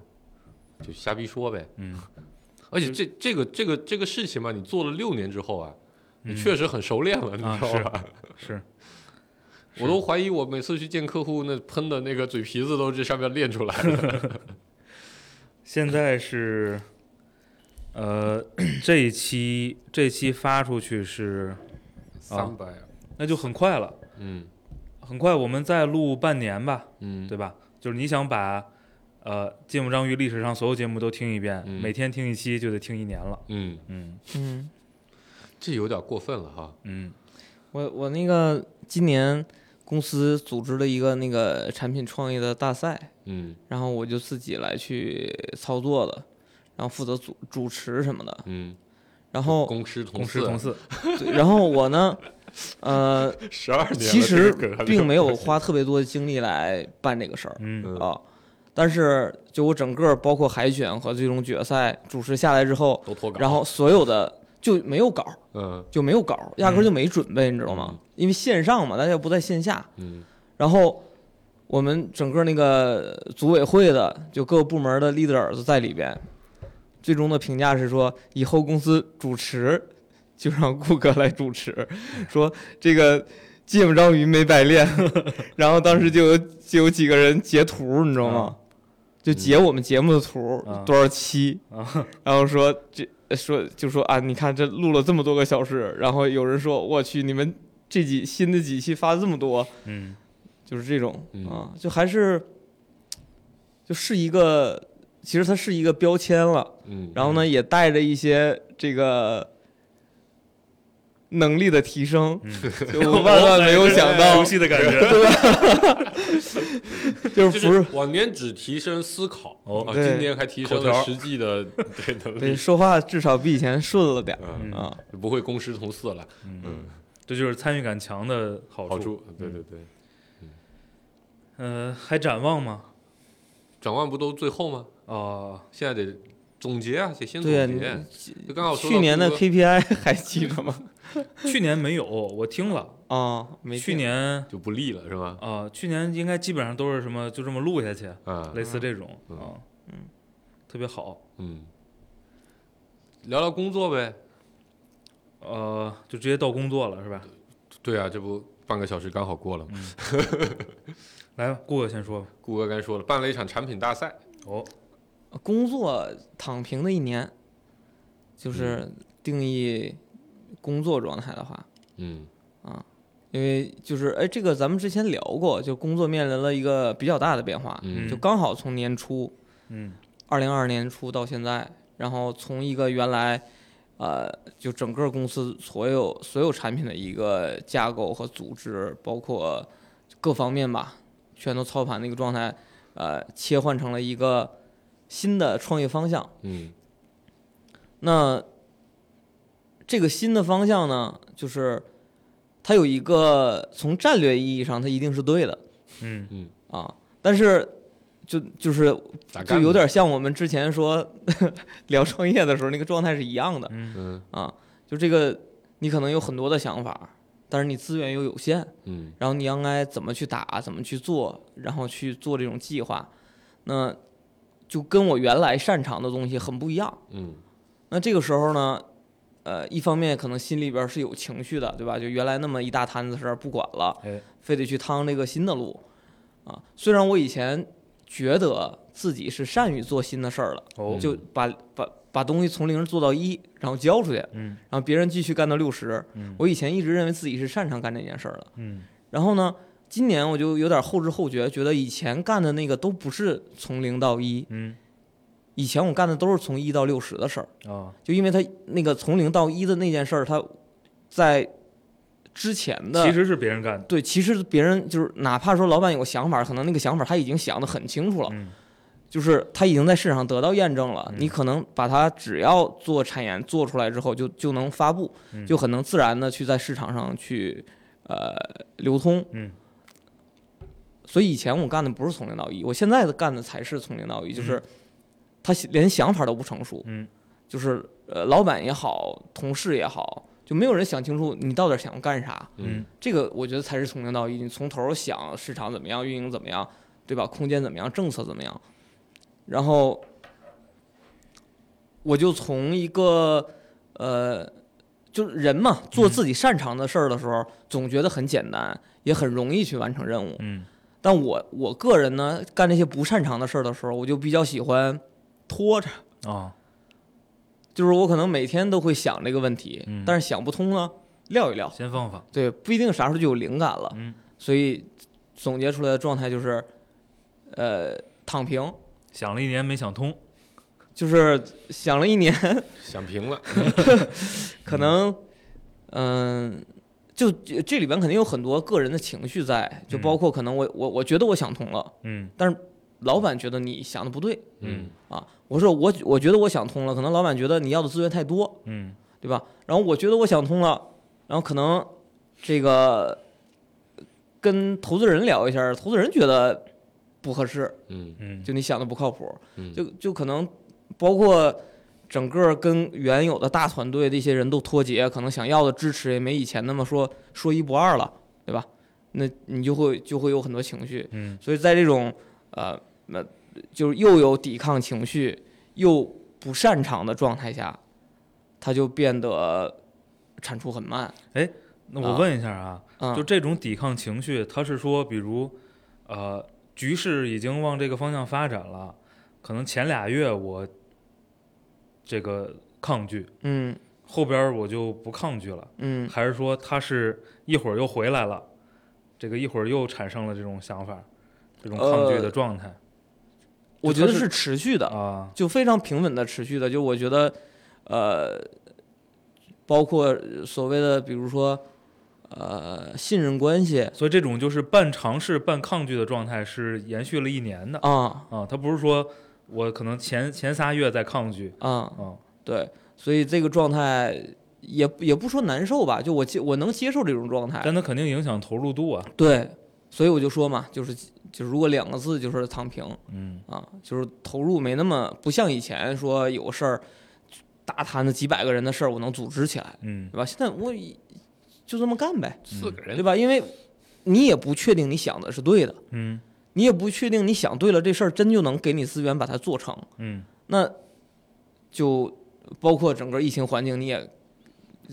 就瞎逼说呗。
嗯，
而且这这个这个这个事情嘛，你做了六年之后啊，你
嗯
确实很熟练了，你
啊
知道吧？
是
我都怀疑我每次去见客户那喷的那个嘴皮子都是这上面练出 来
啊
的。
现在是， 呃，这一期这一期发出去是，
三百，啊
那就很快了。
嗯
很快我们再录半年吧，
嗯，
对吧？就是你想把呃《芥末章鱼》历史上所有节目都听一遍，
嗯
每天听一期就得听一年了。
嗯，
嗯
嗯，
这有点过分了哈。
嗯
我我那个今年公司组织了一个那个产品创意的大赛，
嗯
然后我就自己来去操作的，然后负责主主持什么的，
嗯，
然后
公吃同
哦
啊
公吃同四，
对然后我呢， 呃，
十二年了，
其实
这个梗还没
并没有花特别多的精力来办这个事儿
嗯
嗯
啊。但是，就我整个包括海选和最终决赛主持下来之后，
都脱稿，
然后所有的就没有稿，
嗯
就没有稿，压根儿就没准备，你知道吗
嗯？
因为线上嘛，大家又不在线下，
嗯
然后我们整个那个组委会的，就各个部门的 leader 都在里边。最终的评价是说，以 后公司主持就让顾客来主持，说这个芥末章鱼没白练， 然后当时就有就有几个人截图，你知道吗？就截我们节目的图
啊嗯
多少期，
啊，
然后说这说就说啊，你看这录了这么多个小时，然后有人说我去，你们这几新的几期发这么多，
嗯
就是这种
嗯
啊，就还是就是一个，其实它是一个标签了，
嗯，
然后呢也带着一些这个能力的提升，
嗯，
就我万万没有想到
熟，悉的感觉，
就是
就是
不是
往年只提升思考，
哦
啊，
对
今年还提升
口条
了实际 的对能
对
力，
说话至少比以前顺了点儿
嗯，
嗯
啊，
不会公师同四了，
嗯
嗯，
这就是参与感强的好
好处，对
嗯
对对，
呃，还展望吗？
展望不都最后吗？
哦，
现在得总结啊，得先总
对呀
结，就刚好说到
去年的
谷歌
KPI 还记得吗？
去年没有，我听了，
啊， 没
去
记
年
就不利了是吧？
啊，去年应该基本上都是什么就这么录下去，
啊，
类似这种
嗯
啊，嗯，特别好。
嗯，聊聊工作呗。
呃，就直接到工作了是吧？
对啊，这不半个小时刚好过了吗？
来，顾哥先说吧。
顾哥刚说了，办了一场产品大赛，
哦，
工作躺平的一年，就是定义工作状态的话，
嗯
因为就是哎，这个咱们之前聊过，就工作面临了一个比较大的变化，
嗯
就刚好从年初
嗯
二零二年初到现在，然后从一个原来。呃，就整个公司所有所有产品的一个架构和组织，包括各方面吧，全都操盘的一个状态，呃，切换成了一个新的创业方向。
嗯
那这个新的方向呢，就是它有一个从战略意义上，它一定是对的
嗯
嗯，
啊。但是就就是
咋干
就
呢？
有点像我们之前说 聊创业的时候那个状态是一样的
嗯
嗯
啊。就这个，你可能有很多的想法，但是你资源又有限，
嗯
然后你应该怎么去打，怎么去做，然后去做这种计划，那就跟我原来擅长的东西很不一样。
嗯
那这个时候呢，呃，一方面可能心里边儿是有情绪的，对吧？就原来那么一大摊子事儿不管了，
哎
非得去趟这个新的路啊。虽然我以前觉得自己是善于做新的事儿了，
哦
就把把把东西从零做到一，然后交出去，
嗯
然后别人继续干到六十
嗯。
我以前一直认为自己是擅长干这件事儿的，
嗯
然后呢？今年我就有点后知后觉，觉得以前干的那个都不是从零到一，
嗯
以前我干的都是从一到六十的事儿。
啊
就因为他那个从零到一的那件事儿，他在之前的
其实是别人干的。
对，其实别人就是哪怕说老板有个想法，可能那个想法他已经想得很清楚了，
嗯
就是他已经在市场得到验证了。
嗯
你可能把它只要做产研做出来之后就，就能发布，
嗯
就很能自然的去在市场上去呃流通。
嗯
所以以前我干的不是从零到一，我现在干的才是从零到一，就是他连想法都不成熟，
嗯
就是呃，老板也好，同事也好，就没有人想清楚你到底想干啥。
嗯
这个我觉得才是从零到一，你从头想市场怎么样，运营怎么样，对吧？空间怎么样，政策怎么样，然后我就从一个呃，就是人嘛，做
嗯
自己擅长的事儿的时候，总觉得很简单，也很容易去完成任务。
嗯
但我我个人呢，干那些不擅长的事儿的时候，我就比较喜欢拖着。
啊
就是我可能每天都会想这个问题，
嗯
但是想不通呢，撂一撂。
先放放。
对，不一定啥时候就有灵感了。
嗯，
所以总结出来的状态就是，呃，躺平，
想了一年没想通。
就是想了一年，
想平了，
可能，嗯、就这这里边肯定有很多个人的情绪在，就
嗯
包括可能我我我觉得我想通了，
嗯
老板觉得你想的不对
嗯
啊，我说我我觉得我想通了，可能老板觉得你要的资源太多，
嗯
对吧？然后我觉得我想通了，然后可能这个跟投资人聊一下，投资人觉得不合适，
嗯
嗯
就你想的不靠谱，
嗯，
就就可能包括整个跟原有的大团队的一些人都脱节，可能想要的支持也没以前那么说说一不二了，对吧？那你就会就会有很多情绪，
嗯
所以在这种呃，那就是又有抵抗情绪又不擅长的状态下，他就变得产出很慢。
那我问一下啊，
啊，
就这种抵抗情绪，他是说，比如，呃，局势已经往这个方向发展了，可能前俩月我这个抗拒，
嗯
后边儿我就不抗拒了，
嗯
还是说他是一会儿又回来了，这个一会儿又产生了这种想法，这种抗拒的
呃
状态、
我觉得
它是
是持续的，
啊？
就非常平稳的持续的。就我觉得，呃，包括所谓的比如说，呃，信任关系
所以这种就是半尝试半抗拒的状态是延续了一年的
啊
啊，他不是说我可能前前仨月在抗拒
啊，
啊，
对，所以这个状态也也不说难受吧，就我接我能接受这种状态。
但他肯定影响投入度啊，
对，所以我就说嘛，就是就是如果两个字就是躺平
嗯
啊，就是投入没那么不像以前说有事儿大摊子几百个人的事儿我能组织起来，
嗯
对吧？现在我一就这么干呗，
四个人
对吧？因为你也不确定你想的是对的，
嗯
你也不确定你想对了这事儿真就能给你资源把它做成，
嗯，
那就包括整个疫情环境你也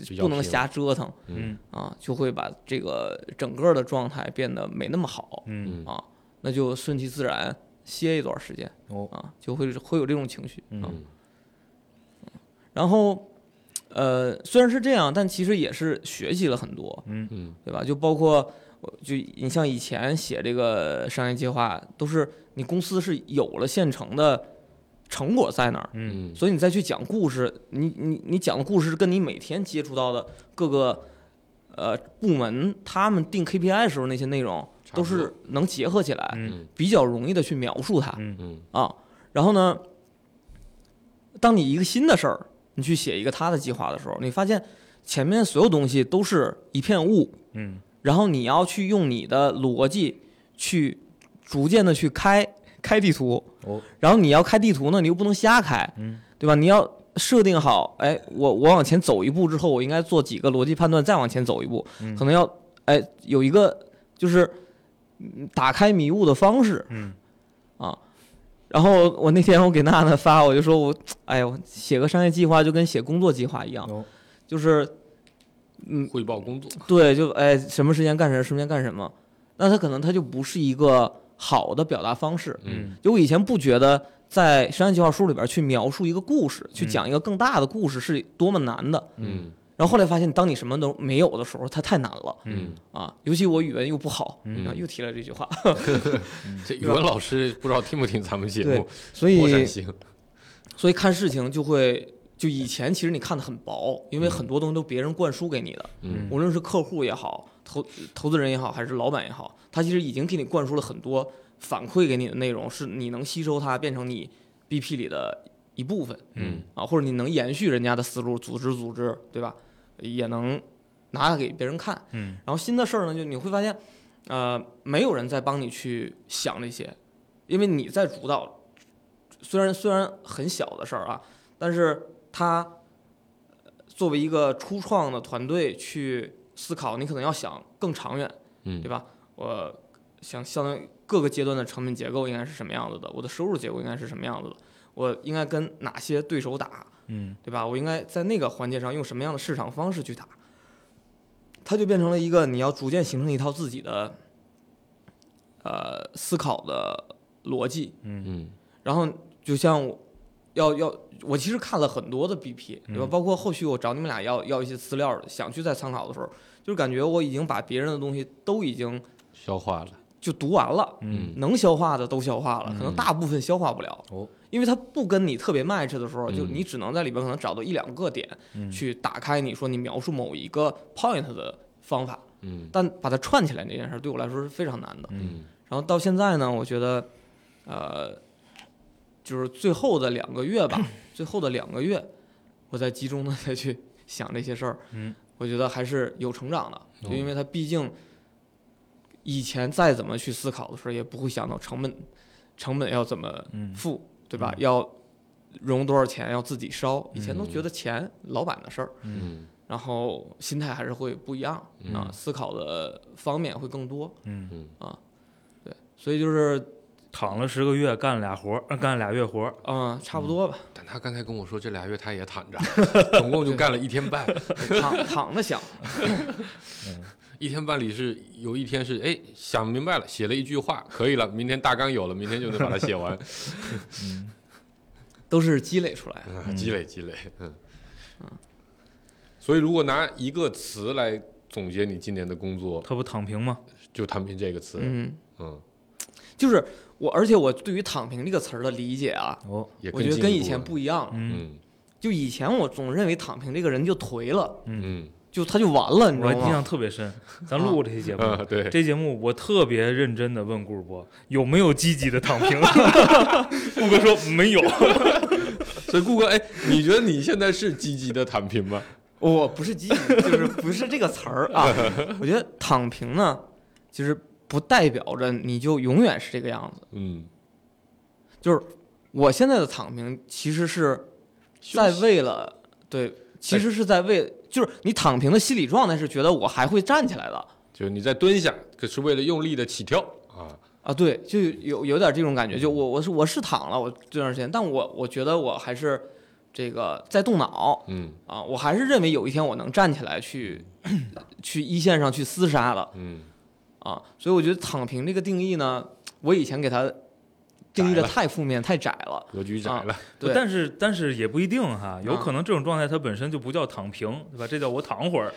比较
不能
平
瞎折腾，
嗯
啊，就会把这个整个的状态变得没那么好，
嗯
嗯
啊，那就顺其自然歇一段时间
哦
啊，就会会有这种情绪。
嗯
然后，呃，虽然是这样，但其实也是学习了很多，
嗯
嗯
对吧？就包括我就你像以前写这个商业计划，都是你公司是有了现成的成果在那儿，
嗯
所以你再去讲故事，你你你讲的故事跟你每天接触到的各个呃部门他们定 KPI 时候那些内容
差
都
不多
是能结合起来，
嗯
嗯
比较容易的去描述它
嗯
嗯
啊。然后呢，当你一个新的事儿，你去写一个他的计划的时候，你发现前面所有东西都是一片雾，
嗯
然后你要去用你的逻辑去逐渐的去开开地图，
哦
然后你要开地图呢，你又不能瞎开，
嗯
对吧？你要设定好，哎，我我往前走一步之后，我应该做几个逻辑判断，再往前走一步，
嗯
可能要哎有一个就是嗯打开迷雾的方式。
嗯
然后我那天我给娜娜发，我就说我哎呦，写个商业计划就跟写工作计划一样，
哦
就是
汇报工作
对，就哎什么时间干什么，什么时间干什么，那它可能它就不是一个好的表达方式。
嗯
嗯
就我以前不觉得在商业计划书里边去描述一个故事，去
嗯
讲一个更大的故事是多么难的。
嗯
然后后来发现，当你什么都没有的时候，它太难了
嗯
嗯，
啊！尤其我语文又不好，
嗯
啊又提了这句话，
嗯这语文老师不知道听不听咱们节目，
所
我陕
以
西
所以看事情就会，就以前其实你看的很薄，因为很多东西都别人灌输给你的，
嗯
无论是客户也好，投投资人也好，还是老板也好，他其实已经给你灌输了很多反馈给你的内容，是你能吸收它，变成你 BP 里的一部分
嗯
啊，或者你能延续人家的思路，组织组织，对吧？也能拿给别人看。
嗯
然后新的事儿呢，就你会发现，呃，没有人在帮你去想这些，因为你在主导。虽然虽然很小的事儿啊，但是它呃作为一个初创的团队去思考，你可能要想更长远，
嗯
对吧？我想相当于各个阶段的成本结构应该是什么样子的，我的收入结构应该是什么样子的，我应该跟哪些对手打，
嗯
对吧？我应该在那个环节上用什么样的市场方式去打？它就变成了一个你要逐渐形成一套自己的，呃，思考的逻辑。
嗯
然后就像我要要，我其实看了很多的 BP，对吧？
嗯
包括后续我找你们俩要要一些资料，想去再参考的时候，就是感觉我已经把别人的东西都已经
消化了，
就读完了，
嗯
能消化的都消化了，可能
嗯
大部分消化不了，
哦
因为它不跟你特别 match 的时候，就
嗯
你只能在里边可能找到一两个点
嗯
去打开你说你描述某一个 point 的方法，
嗯
但把它串起来这件事儿对我来说是非常难的。
嗯
然后到现在呢，我觉得，呃，就是最后的两个月吧，最后的两个月，我在集中的再去想这些事儿，
嗯，
我觉得还是有成长的，就
哦
因为它毕竟以前再怎么去思考的时候，也不会想到成本，成本要怎么
嗯
付，对吧？要融多少钱，要自己烧，以前都
嗯
觉得钱老板的事儿，
嗯
然后心态还是会不一样啊，
嗯
思考的方面会更多。
嗯
嗯
所以就是
躺了十个月，干俩活儿，呃干俩月活儿，
嗯，差不多吧，
但他刚才跟我说，这俩月他也躺着， 总共就干了一天半。
躺躺着想，
一天半里是有一天是哎想明白了，写了一句话，可以了，明天大纲有了，明天就能把它写 完，啊
都是积累出来的。
嗯积累积累，嗯。所以如果拿一个词来总结你今年的工作，
他不躺平吗？
就“躺平”这个词，
嗯，
嗯，
就是我，而且我对于“躺平”这个词儿的理解啊，
哦，
也
我觉得
进
跟
一
以
步
前
了，
不一样了。
嗯，
嗯
就以前我总认为躺平这个人就颓了，
嗯
就他就完了，你知
我
道
印
吗？
象特别深，咱录过这期节目，
啊，对，
这节目我特别认真的问顾主播有没有积极的躺平，顾哥说没有，
所以顾哥，哎，你觉得你现在是积极的躺平吗？
我不是积极，就是不是这个词儿 啊。我觉得躺平呢，其实不代表着你就永远是这个样子。
嗯，
就是我现在的躺平，其实是
休
在
息
为了对，其实是在为，就是你躺平的心理状态是觉得我还会站起来的
就是你在蹲下，可是为了用力的起跳啊，
啊。对，就有有点这种感觉。就我我是我是躺了，我这段时间，但我我觉得我还是这个在动脑
嗯
啊，我还是认为有一天我能站起来去 去一线上去厮杀的。
嗯，
啊，所以我觉得躺平这个定义呢，我以前给它定义的
窄了
太负面、太窄了。
格局
啊
窄了，
对，
但是但是也不一定哈，有
啊
可能这种状态它本身就不叫躺平，对吧？这叫我躺会儿，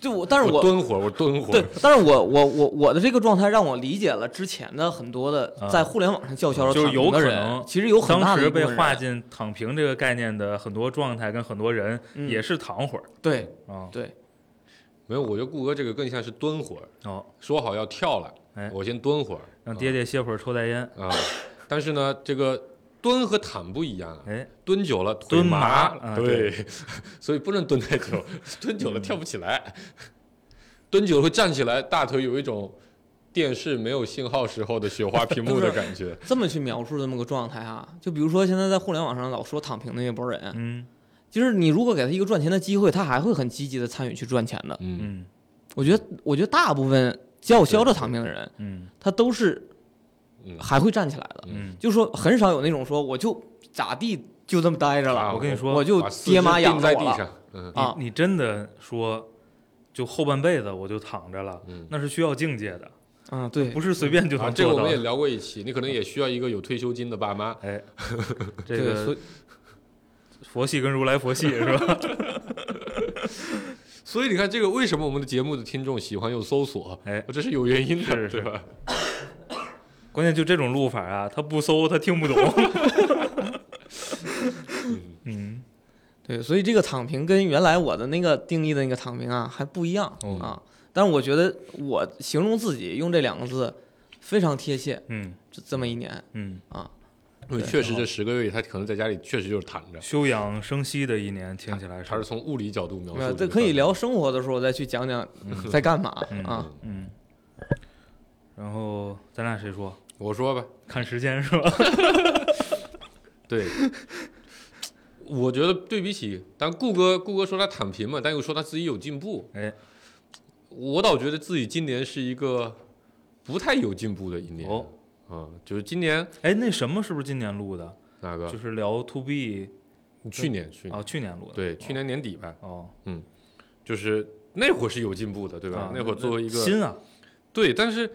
就我，但是
我
我
蹲会儿，我蹲会
对
儿，，
但是我我我我的这个状态让我理解了之前的很多的
啊
在互联网上叫嚣着
就是
躺
有
平的
可
人
能，
其实有很大
当
的一
时
部
被
分
划
人
进躺平这个概念的很多状态跟很多人
嗯
也是躺会儿
对
啊、
对，
没有，我觉得顾哥这个更像是蹲会儿，
哦，
说好要跳了，
哎
我先蹲会儿
让爹爹歇会儿抽袋烟，
啊，但是呢，这个。蹲和躺不一样啊，
哎，
蹲久了腿
蹲
麻，
麻啊
对， 所以不能蹲太久， 蹲久了跳不起来， 蹲久了会站起来，大腿有一种电视没有信号时候的雪花屏幕的感 觉。
这么去描述这么个状态啊，就比如说现在在互联网上老说躺平的那波人，
嗯
就是你如果给他一个赚钱的机会，他还会很积极的参与去赚钱的。
嗯，
嗯
我觉得，我觉得大部分叫嚣着躺平的人，
嗯
他都是
嗯
还会站起来的。
嗯，
就说很少有那种说我就咋地就这么待着了，
啊
我跟你说，
我就
把四肢
爹妈养
钉
着
在
我
地
了
上，嗯
啊。
你你真的说，就后半辈子我就躺着了，
嗯。
那是需要境界的，
啊，对
不，是随便就
啊，
能
这个
做
我
到
们也
的。
聊过一期，你可能也需要一个有退休金的爸妈。
哎，这
对，所
个
以
佛系跟如来 佛系是吧？
所以你看，这个为什么我们的节目的听众喜欢用搜索？
哎
这是有原因的，
是是
对吧？
关键就这种录法啊，他不搜他听不 懂。嗯，
对，所以这个躺平跟原来我的那个定义的那个躺平啊还不一样、
哦
嗯
啊。但是我觉得我形容自己用这两个字非常贴切，
嗯
这这么一年
嗯，
啊，
因为确实这十个月里，他可能在家里确实就是躺着。
休养生息的一年，听起来
他是
是
从物理角度描述
没有，
个
这
状态。
可以聊生活的时候再去讲讲在干嘛
嗯
啊。
嗯。然后咱俩谁说？
我说吧，
看时间是吧？
对， 我觉得对比起，但顾哥顾哥说他躺平嘛，但又说他自己有进步。
哎，
我倒觉得自己今年是一个不太有进步的一年。
哦，
嗯，就是今年
哎，那什么是不是今年录的？
哪
就
个？
是聊 to B
去年去年
啊，去年录的。
对，去年年底吧，
哦，
就是那会儿是有进步的，对吧
啊？
那会儿作为一个
新啊，
对，但是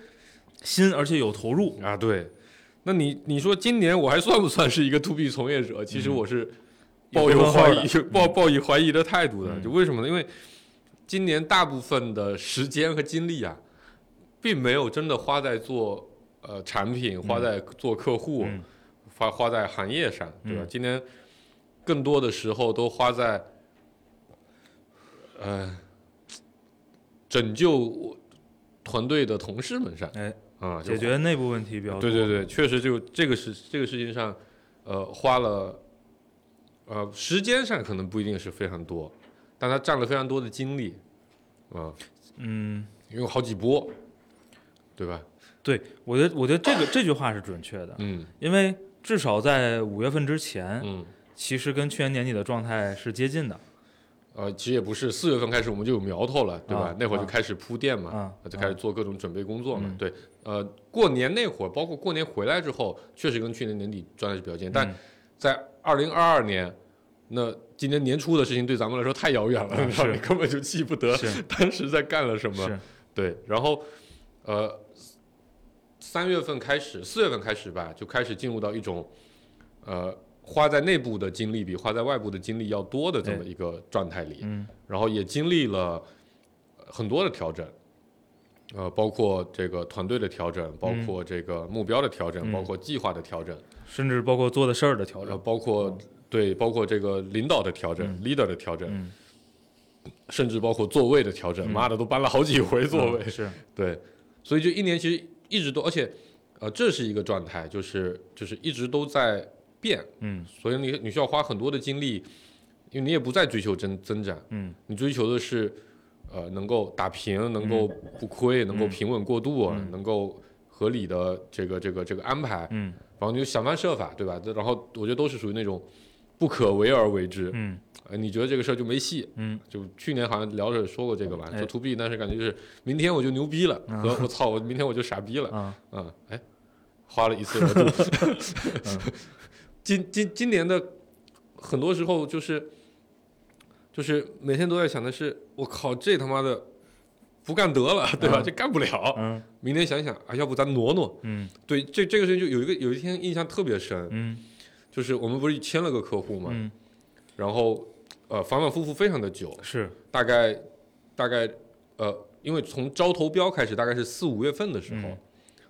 新而且有投入，
啊，对，那你你说今年我还算不算是一个 to B 从业者？其
嗯
实我是抱
有
有
问号
怀
的
疑、抱抱以怀疑的态度的。
嗯
就为什么呢？因为今年大部分的时间和精力啊，并没有真的花在做呃产品，花
嗯
在做客户，
嗯
花花在行业上，对吧？
嗯
今年更多的时候都花在，呃，拯救团队的同事们上，
哎，
啊、就
解决内部问题比较多。
对对对，确实就这个事这个事情上，呃，花了，呃，时间上可能不一定是非常多，但它占了非常多的精力，啊、
嗯，
因为有好几波，对吧？
对，我觉得我觉得这个这句话是准确的，
嗯
因为至少在五月份之前，
嗯，
其实跟去年年底的状态是接近的。
呃，其实也不是，四月份开始我们就有苗头了，对吧？
啊
那会儿
啊
就开始铺垫嘛，
啊
就开始做各种准备工作嘛。
嗯
对，呃，过年那会儿，包括过年回来之后，确实跟去年年底状态是比较接近，但
嗯
在二零二二年，那今年年初的事情对咱们来说太遥远了，
啊
你知道
是
你根本就记不得
是
当时在干了什么。
是，
对，然后呃，三月份开始，四月份开始吧，就开始进入到一种呃花在内部的精力比花在外部的精力要多的这么
对
一个状态里，
嗯
然后也经历了很多的调整。呃，包括这个团队的调整，包
嗯
括这个目标的调
嗯
整，包括计划的调整，
甚至包括做的事儿的调
然后
整，
包括对，包括这个领导的调整、
嗯
leader 的调整，
嗯，
甚至包括座位的调整。
嗯
妈的，都搬了好几回座位。
嗯是，
对，所以就一年其实一直都，而且呃，这是一个状态，就是就是一直都在变，
嗯
所以你你需要花很多的精力，因为你也不再追求增增长，
嗯
你追求的是呃能够打平，能够不亏，能够
嗯
平稳过渡，啊
嗯
能够合理的这个这个这个安排，
嗯
然后你就想方设法，对吧？然后我觉得都是属于那种不可为而为之，
嗯
呃，你觉得这个事儿就没戏，
嗯，
就去年好像聊着说过这个吧，
哎
说 to B，但是感觉就是明天我就牛逼了，
啊
和我操，我明天我就傻逼了，
啊
嗯，哎，花了一次额度。
嗯
今今今年的很多时候就是就是每天都在想的是，我靠，这他妈的不干得了，对吧？
嗯
这干不了。
嗯
明天想想啊，要不咱挪挪。
嗯
对，这这个事情就有一个有一天印象特别深，
嗯
就是我们不是签了个客户嘛，
嗯，
然后呃反反复复非常的久，
是，
大概大概呃，因为从招投标开始，大概是四五月份的时候、
嗯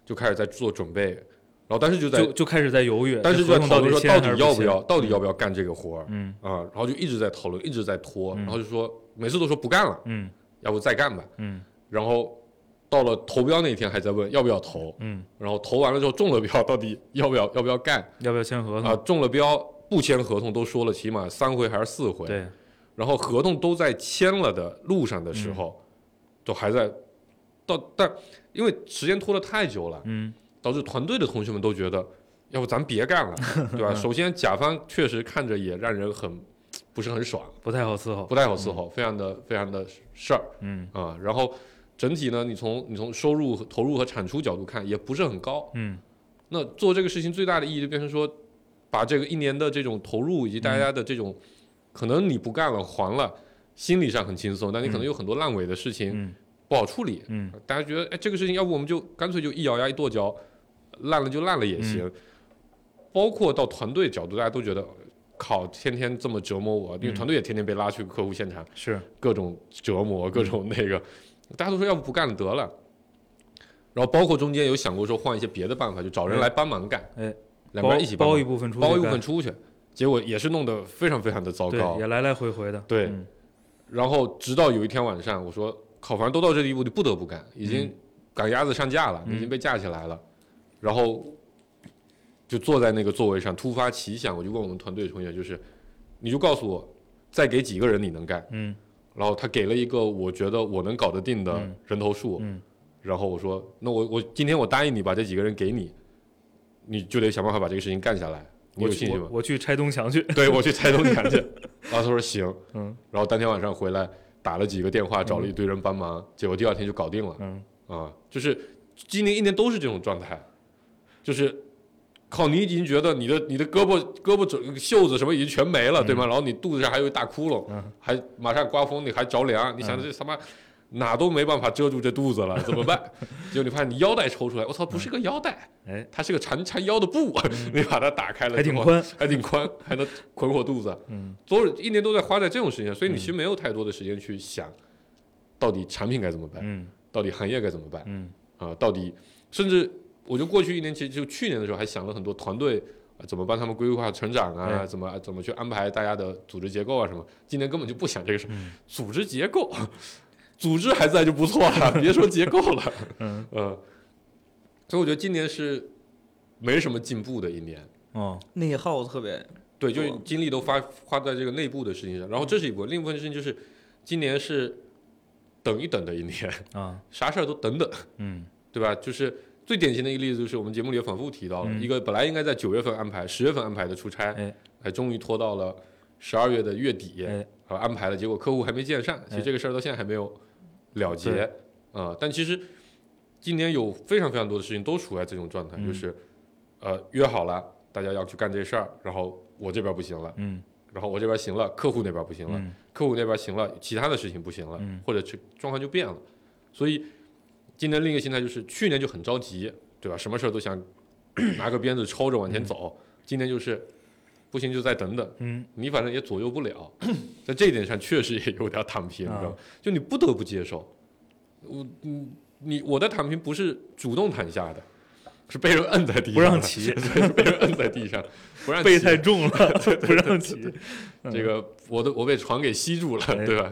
就开始在做准备，然后当时就在，
就就开始在犹豫，
但是就
合
在
同
讨
到
论说
签
到
还
底
是
要
不
不
签
要，，到底要不要干这个活儿啊、
嗯
然后就一直在讨论，一直在拖，
嗯
然后就说每次都说不干了，
嗯
要不再干吧，
嗯
然后。到了投标那一天，还在问要不要投，
嗯，
然后投完了之后中了标，到底要不要要不要干
要不要签合
啊、
同？
中了标不签合同都说了起码三回还是四回，
对，
然后合同都在签了的路上的
嗯
时候，都还在到，但因为时间拖得太久了，
嗯
导致团队的同学们都觉得，要不咱别干了，对 吧？首先，甲方确实看着也让人很不是很爽，
不太好伺候，
不太好伺候，非常的非常的事儿
嗯
啊、然后整体呢，你从你从收入、投入和产出角度看，也不是很高。
嗯
那做这个事情最大的意义就变成说，把这个一年的这种投入以及
嗯
大家的这种，可能你不干了还了，心理上很轻松，但你可能有很多烂尾的事情
嗯
不好处理。
嗯
大家觉得，哎，这个事情要不我们就干脆就一咬牙一跺脚，烂了就烂了
嗯
也行。包括到团队角度，大家都觉得。靠，天天这么折磨我，因为
嗯
团队也天天被拉去客户现场，
是，
各种折
嗯
磨，各种那个，大家都说要不不干了得了。然后包括中间有想过说换一些别的办法，就找人来帮忙干，
哎，
两边
包
一起帮
包
忙
一部分出去干，
包一部分出去，结果也是弄得非常非常的糟
对，
糕
也。来来回回的，
对
嗯
然后直到有一天晚上，我说靠，反正都到这地步，就不得不干，已经赶鸭子上架了，
嗯
已经被架起来了。然后就坐在那个座位上，突发奇想，我就问我们团队的同学，就是你就告诉我，再给几个人你能干？
嗯
然后他给了一个我觉得我能搞得定的
嗯
人头数，
嗯
然后我说，那我我今天我答应你把这几个人给你，你就得想办法把这个事情干下来，你
我
有
去
信心
我
吗？
我去拆东 墙去，
对我去拆东墙去， 然后他说行，
嗯
然后当天晚上回来打了几个电话，找了一堆人帮忙，结果第二天就搞定了
嗯
啊、就是今年一年都是这种状态，就是。靠，你已经觉得你的你的胳膊胳膊肘袖子什么已经全没了，对吗？然后你肚子上还有一大窟窿，
嗯
还马上刮风，你还着凉，你想这他妈哪都没办法遮住这肚子了，怎么办？ 结果你发现你腰带抽出来，我操，不是个腰带，
哎，
它是个缠缠腰的布，你把它打开了，
还挺，宽，
还挺宽，还能捆火肚子。啊
嗯，
都是一年都在花在这种事情上，所以你其实没有太多的时间去想，到底产品该怎么办，
嗯
到底行业该怎么办
嗯
啊、到底甚至我就过去一年，其实就去年的时候还想了很多团队。呃怎么帮他们规划成长啊？
哎
怎么怎么去安排大家的组织结构啊？什么？今年根本就不想这个事儿，
嗯
组织结构，组织还在就不错了，别说结构了。
嗯
呃，所以我觉得今年是没什么进步的一年。
哦
内耗特别
对，就是
哦
精力都花花在这个内部的事情上。然后这是一部分，另一部分事情就是今年是等一等的一年，
啊
啥事儿都等等，
嗯
对吧？就是最典型的一个例子，就是我们节目里也反复提到了，
嗯
一个本来应该在九月份安排、十月份安排的出差，
哎
哎，终于拖到了十二月的月底，
哎
呃安排了，结果客户还没见上，其实
哎
这个事儿到现在还没有了结
对
啊、但其实今年有非常非常多的事情都处在这种状态，
嗯
就是呃约好了大家要去干这事儿，然后我这边不行了，
嗯
然后我这边行了，客户那边不行了，
嗯
客户那边行了，其他的事情不行了，
嗯
或者是状况就变了。所以今年另一个心态就是，去年就很着急，对吧？什么事儿都想 拿个鞭子抽着往前走。今年就是不行就再等等，
嗯，
你反正也左右不了，在这一点上确实也有点躺
啊
平，你知道吗？就你不得不接受，我嗯你我的躺平不是主动躺下的。是被人摁在地上
不
的，
让骑
对， 是被人摁在地上，不 让
背
骑
太重 了，不让骑。嗯
这个我都我被船给吸住了，
哎
对吧？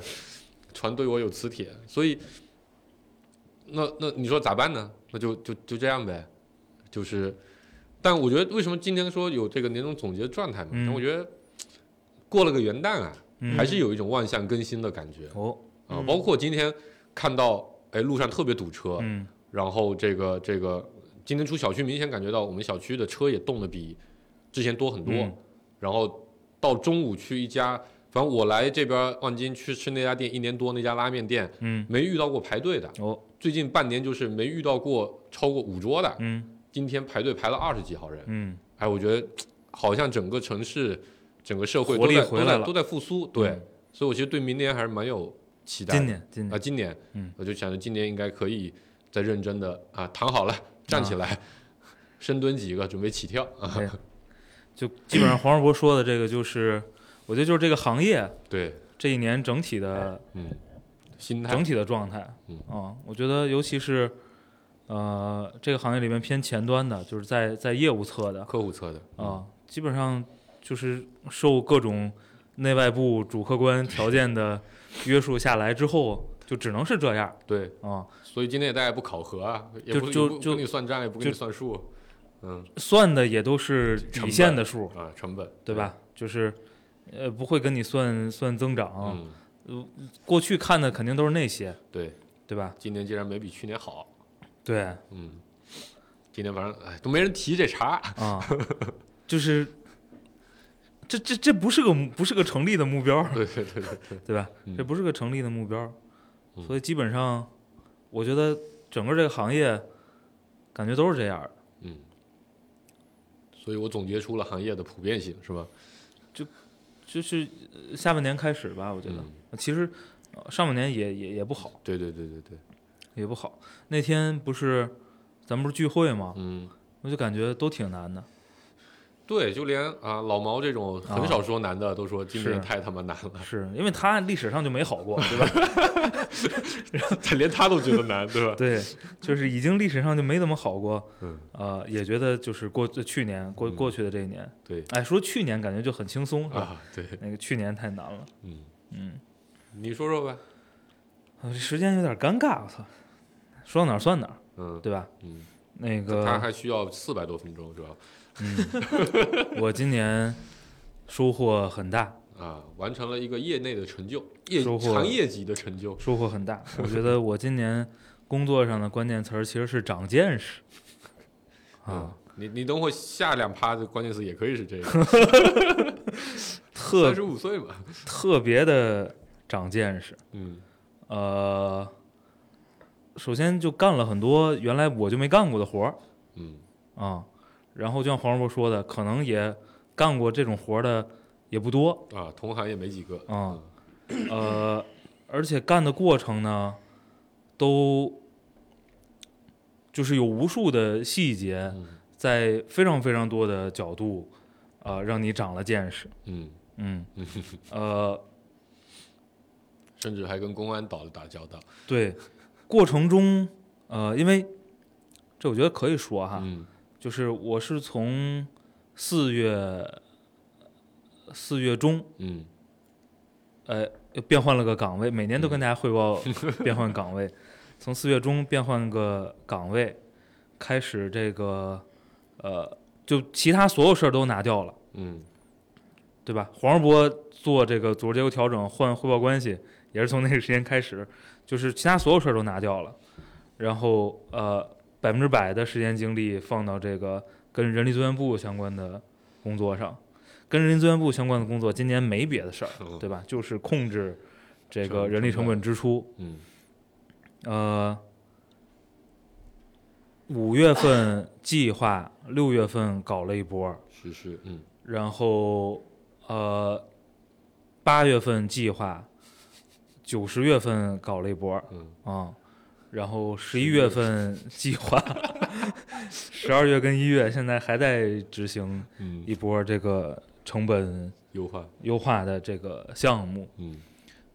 船对我有磁铁，所以那那你说咋办呢？那就就就这样呗，就是。但我觉得为什么今天说有这个年终总结状态嘛？
嗯
但我觉得过了个元旦啊，
嗯
还是有一种万象更新的感觉
哦，
啊、包括今天看到，哎，路上特别堵车，
嗯
然后这个这个今天出小区，明显感觉到我们小区的车也动的比之前多很多。
嗯
然后到中午去一家，反正我来这边望京去吃那家店一年多，那家拉面店
嗯
没遇到过排队的。
哦
最近半年就是没遇到过超过五桌的，
嗯
今天排队排了二十几号人。
嗯
哎，我觉得好像整个城市、整个社会
活
都
力
在
回来
都
了
在都在复苏。对，
嗯
所以我其实对明年还是蛮有期待的。
今年今
啊，
年
今年，
嗯，
我就想着今年应该可以再认真的啊，躺好了，站起来， 深蹲几个，准备起跳啊。
哎就基本上黄世博说的这个就是，我觉得就是这个行业
对，
这一年整体的
嗯，心态
整，体的状态，
嗯
啊，我觉得尤其是呃这个行业里面偏前端的，就是在在业务侧的
客户侧的，
啊，基本上就是受各种内外部主客观条件的约束下来之后，就只能是这样
对，
啊。
所以今天也大家也不考核啊，也
就
不
就
也不
就
不给你算账，也不给你
就
算数，嗯
算的也都是
成
底
本
线的数，
啊，成本，
对吧？就是，呃，不会跟你算算增
对？
长。
嗯，
过去看的肯定都是那些，
对，
对吧？
今年竟然没比去年好，
对
嗯，今年反正哎都没人提 这茬，
啊，就是，这这这不是个不是个成立的目标儿，
对对对对对，
对吧？
嗯
这不是个成立的目标儿，
嗯
所以基本上，我觉得整个这个行业感觉都是这样儿的。
嗯，所以我总结出了行业的普遍性，是吧？
就是呃下半年开始吧，我觉得、
嗯
其实呃上半年也也也不好，
对对对对对，
也不好。那天不是咱们不是聚会吗？
嗯。
我就感觉都挺难的。
对，就连啊老毛这种很少说男的，都说今年
是
太他妈难了，
是因为他历史上就没好过，对吧？
他连他都觉得难，对 吧？
对，就是已经历史上就没怎么好过。
嗯，
呃，也觉得就是过去年过过去的这一年，
对
哎，说去年感觉就很轻松，是吧
啊，对，
那个去年太难了，
嗯，
嗯，
你说说呗，
啊这时间有点尴尬，我操，说到哪儿算哪儿，
嗯
对吧？
嗯，
那
他
个，
还需要四百多分钟，主要
我今年收获很大，
啊，完成了一个业内的成就，业
收获
行业级的成就，
收获很大。我觉得我今年工作上的关键词儿其实是长见识
嗯
啊，，
你你等会下两趴的关键词也可以是 这个，
特
三十五岁嘛，
特别的长见识。
嗯
呃，首先就干了很多原来我就没干过的活儿
嗯
啊，然后就像黄世博说的，可能也干过这种活儿的也不多，
啊，同行也没几个，
啊呃，而且干的过程呢，都就是有无数的细节，
嗯
在非常非常多的角度，啊，让你长了见识。
嗯，
嗯，呃，
甚至还跟公安打了打交道，
对，过程中，呃，因为这我觉得可以说哈，
嗯
就是我是从四月四月中，
嗯
呃，又变换了个岗位，每年都跟大家汇报变换岗位，从四月中变换个岗位，开始这个，呃，就其他所有事儿都拿掉了。
嗯
对吧？黄世博做这个组织结构调整换汇报关系，也是从那个时间开始，就是其他所有事儿都拿掉了，然后呃百分之百的时间精力放到这个跟人力资源部相关的工作上，跟跟人力资源部相关的工作，今年没别的事儿
嗯，
对吧？就是控制这
成
个人力成本支出。
嗯
呃，五月份计划，六月份搞了一波，
实施，嗯
然后呃，八月份计划，九十月份搞了一波
嗯，
啊、然后十一月份计划， 十二月跟一月现在还在执行
嗯，
一波这个成本
优化，
优化的这个项目。
嗯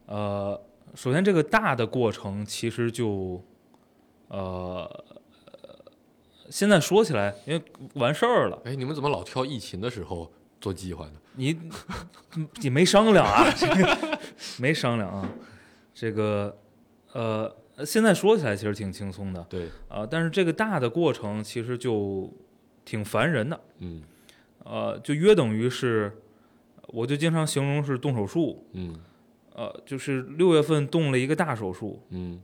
呃，首先这个大的过程其实就呃。现在说起来，因为完事儿了，
哎，你们怎么老挑疫情的时候做计划呢？
你你没商量啊，这个没商量啊，这个呃，现在说起来其实挺轻松的
对，
啊、呃但是这个大的过程其实就挺烦人的，
嗯
呃，就约等于是，我就经常形容是动手术，
嗯
呃，就是六月份动了一个大手术，
嗯，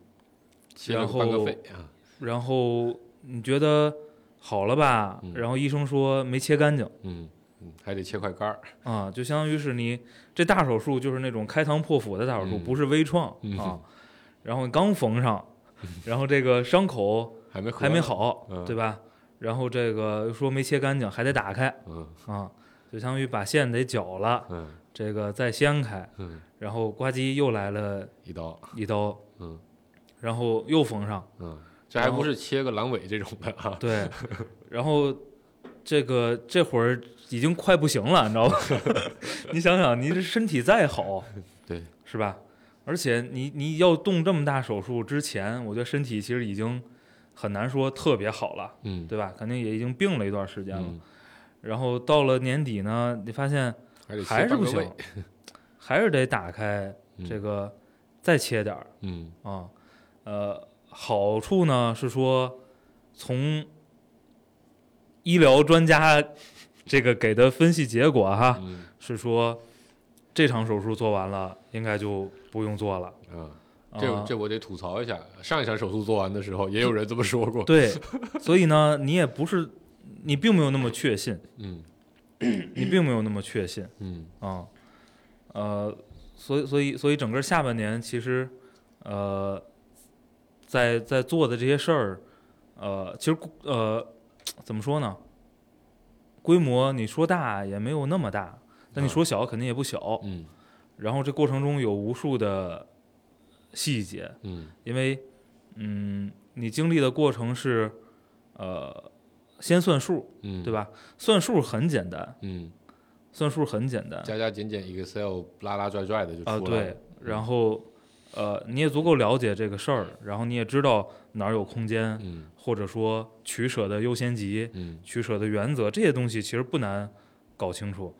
切了
然
个半个
后
肺啊，
然后你觉得好了吧，
嗯
然后医生说没切干净
嗯嗯，还得切块肝儿，
啊，就相当于是你这大手术就是那种开膛破腹的大手术，
嗯
不是微创
嗯
啊。然后你刚缝上， 然后这个伤口
还没
还没
合呢，
好，
嗯
对吧？然后这个说没切干净，还得打开
嗯
啊，就相当于把线得绞了，
嗯
这个再掀开，
嗯，
然后呱唧又来了
一刀，
一刀，
嗯
然后又缝上，
嗯，这还
然后
不是切个阑尾这种的啊，
对，然后这个这会儿已经快不行了，你知道吧？ 你想想，你这身体再好，
对，
是吧？而且你你要动这么大手术之前，我觉得身体其实已经很难说特别好了。
嗯，
对吧？肯定也已经病了一段时间了。
嗯，
然后到了年底呢，你发现
还得切
还是
半
不
个
行
胃，，
还是得打开
嗯
这个，再切点儿
嗯
啊。呃，好处呢是说，从医疗专家 这个给的分析结果哈，
嗯
是说这场手术做完了，应该就不用做了。
啊。
啊
这这我得吐槽一下，上一场手术做完的时候，也有人这么说过。
对，所以呢，你也不是，你并没有那么确信，
嗯
你并没有那么确信。
嗯
啊，呃，所以所以所以整个下半年其实，呃，在在做的这些事儿，呃，其实呃，怎么说呢？规模你说大也没有那么大，但你
嗯
说小肯定也不小。
嗯
然后这过程中有无数的细节，
嗯
因为嗯，你经历的过程是呃，先算数，
嗯，
对？吧？算数很简单，
嗯，
算数很简单，
加加减减，Excel 拉拉拽拽的就
啊，
出来了。嗯
对，然后呃，你也足够了解这个事儿，然后你也知道哪儿有空间，
嗯
或者说取舍的优先级、
嗯
取舍的原则这些东西其实不难搞清楚，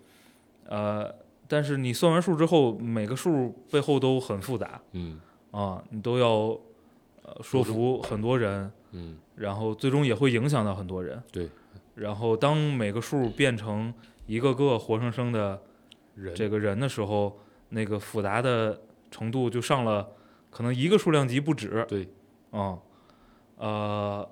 呃，但是你算完数之后，每个数背后都很复杂
嗯
啊，你都要呃说服很多人，
嗯
然后最终也会影响到很多人。
对，
然后当每个数变成一个个活生生的
人
这个人的时候，那个复杂的程度就上了可能一个数量级不止。
对，
嗯，呃，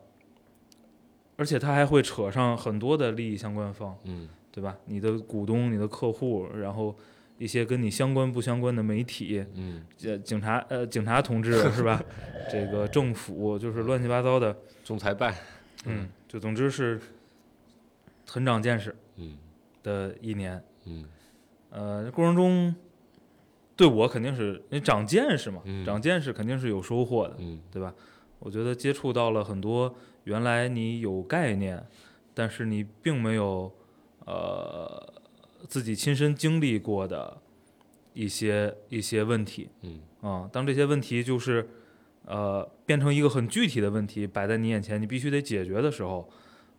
而且它还会扯上很多的利益相关方，
嗯
对吧？你的股东、你的客户，然后一些跟你相关不相关的媒体，
嗯，
呃，警察呃，警察同志是吧？这个政府就是乱七八糟的，
仲裁办。
嗯，就总之是很长见识
嗯
的一年。
嗯
呃，过程中对我肯定是你长见识嘛，
嗯
长见识肯定是有收获的，
嗯
对吧？我觉得接触到了很多原来你有概念，但是你并没有呃自己亲身经历过的一些一些问题
嗯
啊、当这些问题就是呃变成一个很具体的问题摆在你眼前，你必须得解决的时候，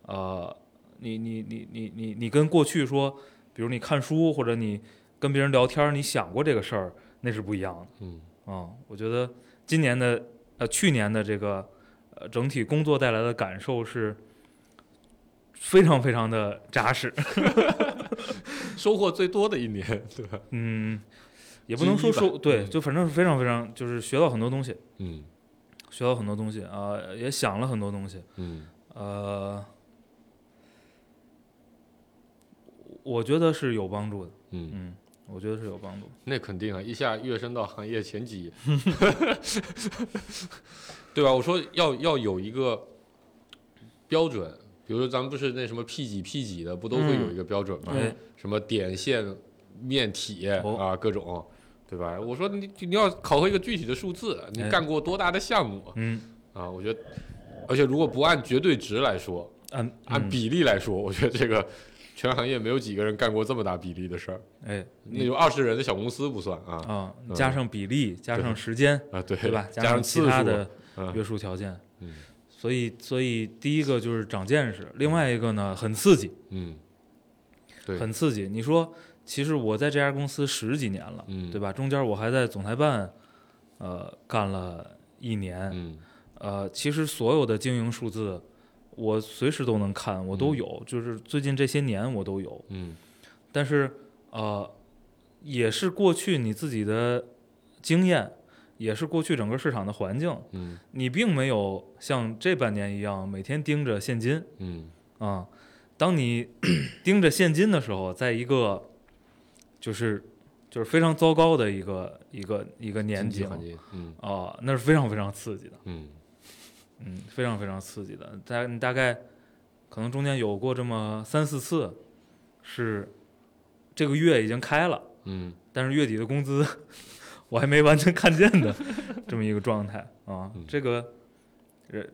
呃，你你你你你你跟过去说，比如你看书或者你跟别人聊天，你想过这个事儿，那是不一样的。
嗯
啊、我觉得今年的呃去年的这个呃整体工作带来的感受是非常非常的扎实，
收获最多的一年， 对吧？
嗯，也不能说
之一吧
说对，
嗯
就反正是非常非常就是学到很多东西，
嗯
学到很多东西啊、也想了很呃多东西，
嗯
呃，我觉得是有帮助的。
嗯
嗯，我觉得是有帮助的。
那肯定啊，一下跃升到行业前 几，对吧？我说要要有一个标准，比如说咱们不是那什么 P 几 P 几的，不都会有一个标准吗？
嗯
什么点线面体、
哦
啊，各种，对吧？我说你你要考核一个具体的数字，你
哎
干过多大的项目、
嗯
啊？我觉得，而且如果不按绝对值来说，
嗯，
按比例来说，我觉得这个全行业没有几个人干过这么大比例的事儿。
哎
那种二十人的小公司不算啊
啊
嗯，
加上比例，加上时间，
啊，对
对吧？
加
上其
次
他
数，
的
嗯
约束条件。
嗯
所以，所以第一个就是长见识，另外一个呢，很刺激，
嗯，对，
很刺激。你说，其实我在这家公司十几年了，
嗯
对吧？中间我还在总裁办，呃，干了一年，
嗯
呃，其实所有的经营数字，我随时都能看，我都有，就是最近这些年我都有。
嗯
但是，呃，也是过去你自己的经验，也是过去整个市场的环境，
嗯
你并没有像这半年一样每天盯着现金
嗯
啊、当你 盯着现金的时候，在一个就是就是非常糟糕的一个一个一个年景
经济
啊
环、境，嗯
那是非常非常刺激的，
嗯
嗯，非常非常刺激的。大你大概可能中间有过这么三四次，是这个月已经开了，
嗯
但是月底的工资 我还没完全看见的这么一个状态啊
嗯，
这个，人，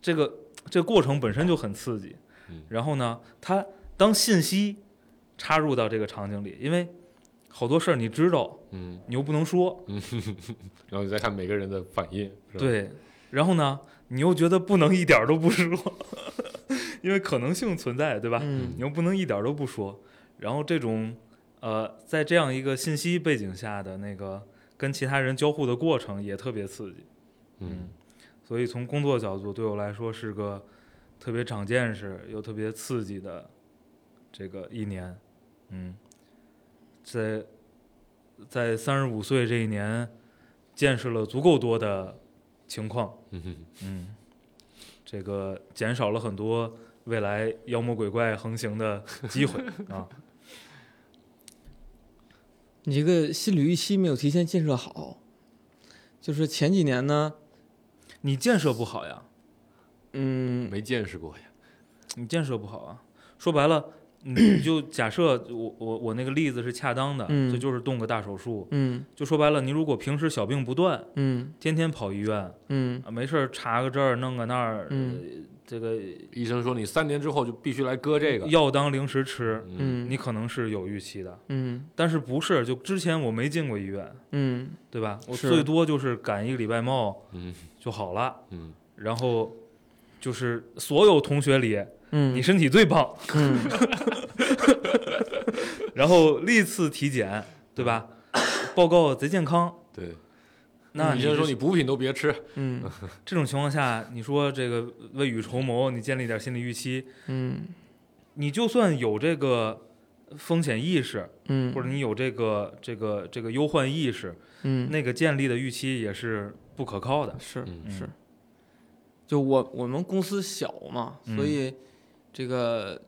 这个这个过程本身就很刺激
嗯，
然后呢，它当信息插入到这个场景里，因为好多事儿你知道，
嗯，
你又不能说，
然后你再看每个人的反应，是吧，
对，然后呢，你又觉得不能一点儿都不说， 因为可能性存在，对吧？
嗯
你又不能一点儿都不说。然后这种呃，在这样一个信息背景下的那个跟其他人交互的过程也特别刺激，
嗯
所以从工作角度对我来说是个特别长见识又特别刺激的这个一年，嗯，在在三十五岁这一年，见识了足够多的情况。
嗯哼
嗯，这个减少了很多未来妖魔鬼怪横行 的机会啊。
你这个心理预期没有提前建设好，就是前几年呢，
你建设不好呀，
嗯，
没见识过呀，
你建设不好啊。说白了， 你就假设我我我那个例子是恰当的，
嗯
这就是动个大手术。
嗯
就说白了，你如果平时小病不断，
嗯
天天跑医院，
嗯
啊没事儿查个这儿弄个那儿，
嗯
呃这个嗯
医生说你三年之后就必须来割这个，
药当零食吃，
嗯
嗯
你可能是有预期的，
嗯
但是不是？就之前我没进过医院，
嗯
对吧？我
是
最多就是赶一个礼拜冒
嗯
就好了。
嗯
然后就是所有同学里，
嗯，
你身体最棒。
嗯
然后历次体检，对吧？报告贼健康。
对，
那
医
你
生
这
说你补品都别吃，
嗯
这种情况下，你说这个未雨绸缪，你建立点心理预期，
嗯
你就算有这个风险意识，
嗯，
或者你有这个这个这个忧患意识，
嗯
那个建立的预期也是不可靠的。
是
嗯
是，就我我们公司小嘛，所
嗯
以这个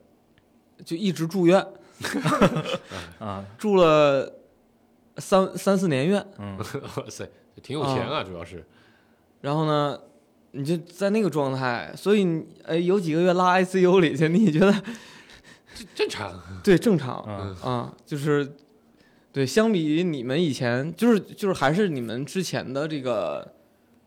就一直住院，
啊，
住了三三四年院，
嗯，
哇塞，挺有钱啊，主要是，
然后呢，你就在那个状态，所以你哎有几个月拉 ICU 里去，你也觉得
这正常，
对正常
啊
啊，就是对，相比于你们以前，就是就是还是你们之前的这个，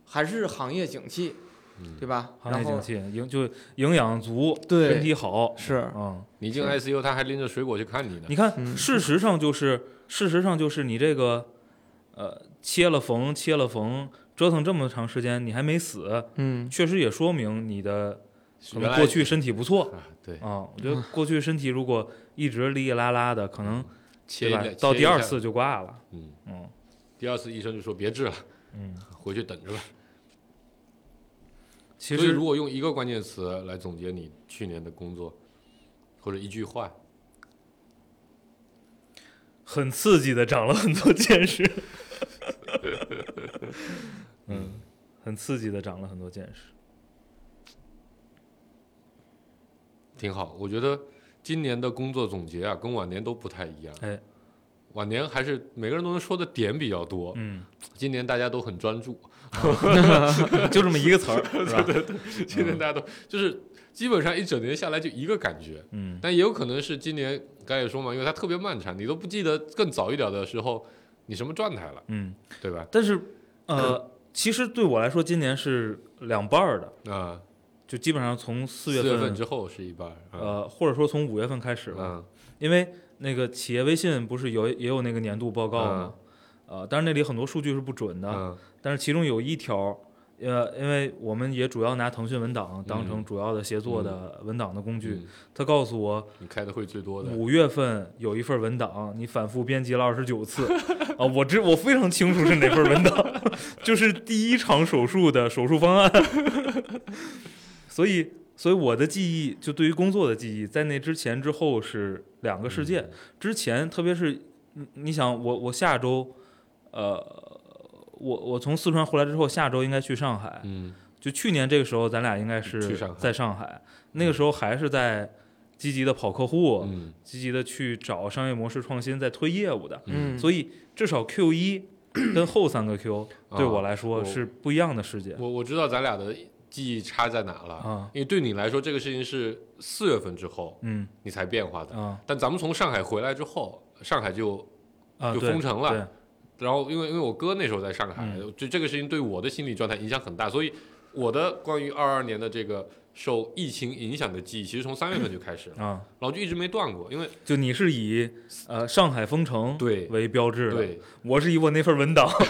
还是行业景气，
嗯
对吧？
行
然
业
后
景气，营就营养足，
对
身体好，
是
嗯，
你进 ICU 他还拎着水果去看你呢，
你看，
嗯
事实上就是，事实上就是你这个，呃，切了缝，切了缝，折腾这么长时间，你还没死，
嗯
确实也说明你的可
原
能
来
过去身体不错
啊，对，
啊。我觉得过去身体如果一直哩哩啦啦的，可能
切
对
一
吧
两，
到
嗯切一
第二
下
次就挂了。
嗯，
嗯
第二次医生就说别治了，
嗯，
回去等着吧。
其
所以
实
如果用一个关键词来总结你去年的工作，或者一句话，
很刺激的长了很多见识。 嗯，很刺激的长了很多见识。
挺好。我觉得今年的工作总结啊，跟往年都不太一样。
哎，
往年还是每个人都能说的点比较多，
嗯，
今年大家都很专注，
就这么一个词儿，是 吧？
今年大家都就是基本上一整年下来就一个感觉。
嗯，
但也有可能是今年刚才也说嘛，因为它特别漫长，你都不记得更早一点的时候你什么状态了，
嗯，
对吧？
但是呃，
嗯
其实对我来说，今年是两半儿的，
啊、
就基本上从四
四
月
月
份，
份之后是一半儿，啊
呃，或者说从五月份开始吧，
嗯
因为那个企业微信不是有也有那个年度报告吗？呃，当然那里很多数据是不准的，
嗯
但是其中有一条，呃，因为我们也主要拿腾讯文档当成
嗯
主要的协作的文档的工具，
嗯
他告诉我
你开的会最多的，
五月份有一份文档，你反复编辑了二十九次 啊，我知我非常清楚是哪份文档， 就是第一场手术的手术方案， 所以。所以我的记忆，就对于工作的记忆，在那之前之后是两个世界。
嗯
之前，特别是你你想我我下周，呃，我我从四川回来之后，下周应该去上海。
嗯，
就去年这个时候，咱俩应该是
去上海
在上海，那个时候还是在积极的跑客户，
嗯
积极的去找商业模式创新，在推业务的。
嗯
嗯，
所以至少 Q 一跟后三个 Q
啊
对我来说
我
是不一样的世界
嗯我我知道咱俩的记忆差在哪了，
啊，
因为对你来说这个事情是四月份之后
嗯
你才变化的，
啊
但咱们从上海回来之后，上海就
啊，
就
对
封城了，
对
然后因为因为我哥那时候在上海，就这个事情对我的心理状态影响很大，所以我的关于二二年的这个受疫情影响的记忆，其实从三月份就开始了，
啊，
然后就一直没断过，因为
就你是以呃上海封城
对
为标志的，
对
我是以我那份文档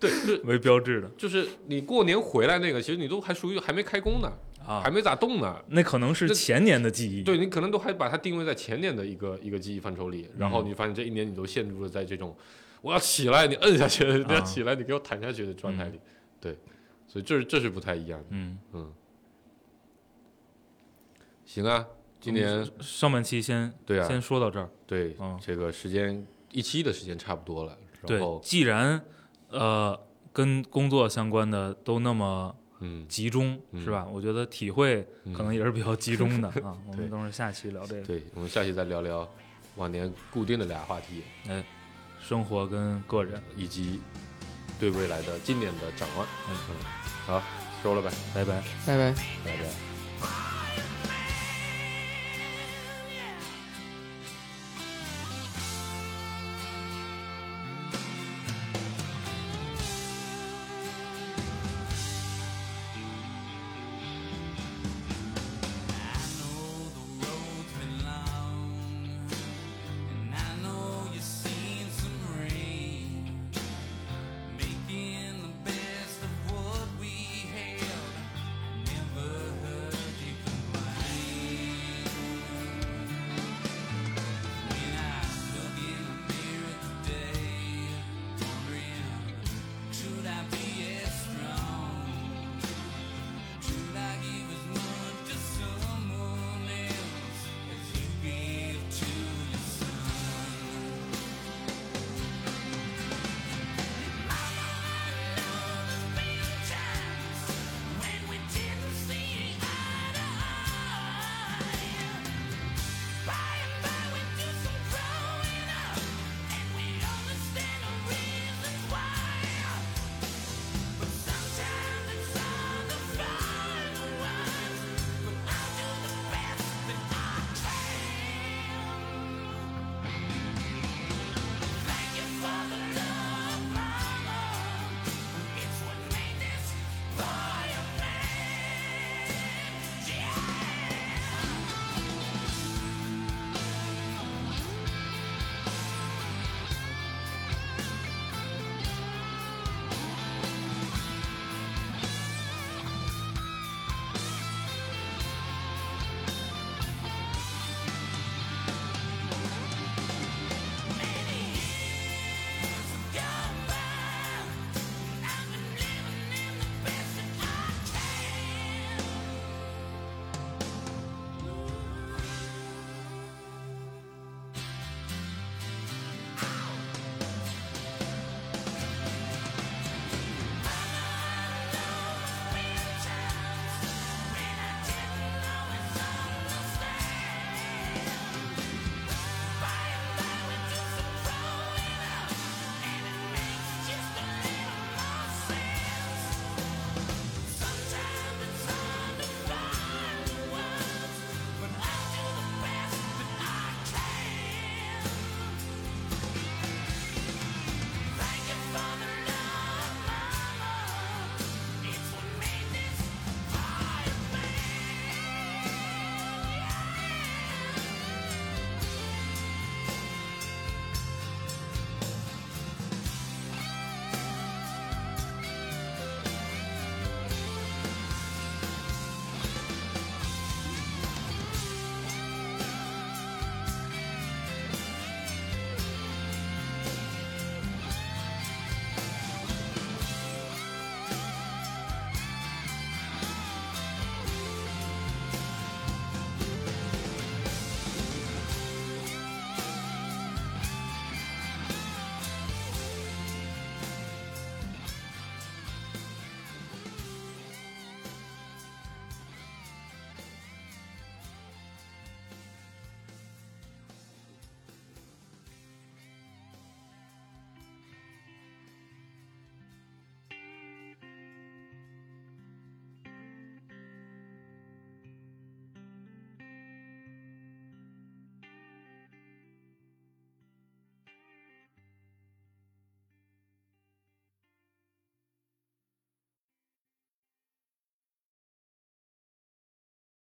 对，就是
为标志的
就是你过年回来那个，其实你都还属于还没开工呢，
啊
还，没咋动呢，
那可能是
这
前年的记忆。
对你可能都还把它定位在前年的一个一个记忆范畴里，然
嗯
后你发现这一年你都陷入了在这种我要起来你摁下去，人
啊
家起来你给我躺下去的状态里，对，所以这是这是不太一样的，
嗯，
嗯，行啊，今年
上半期先
对啊
先说到这儿。
对
嗯
这个时间一期的时间差不多了，然
对，
后
既然呃跟工作相关的都那么
嗯，
集中，
嗯
是吧？我觉得体会
嗯
可能也是比较集中的 啊。我
对
们等会儿下期聊这个
对，我们下期再聊聊往年固定的俩话题，
哎生活跟个人，
以及对未来的今年的展望，
嗯
嗯，好，收了呗，
拜拜。
拜拜。
拜拜。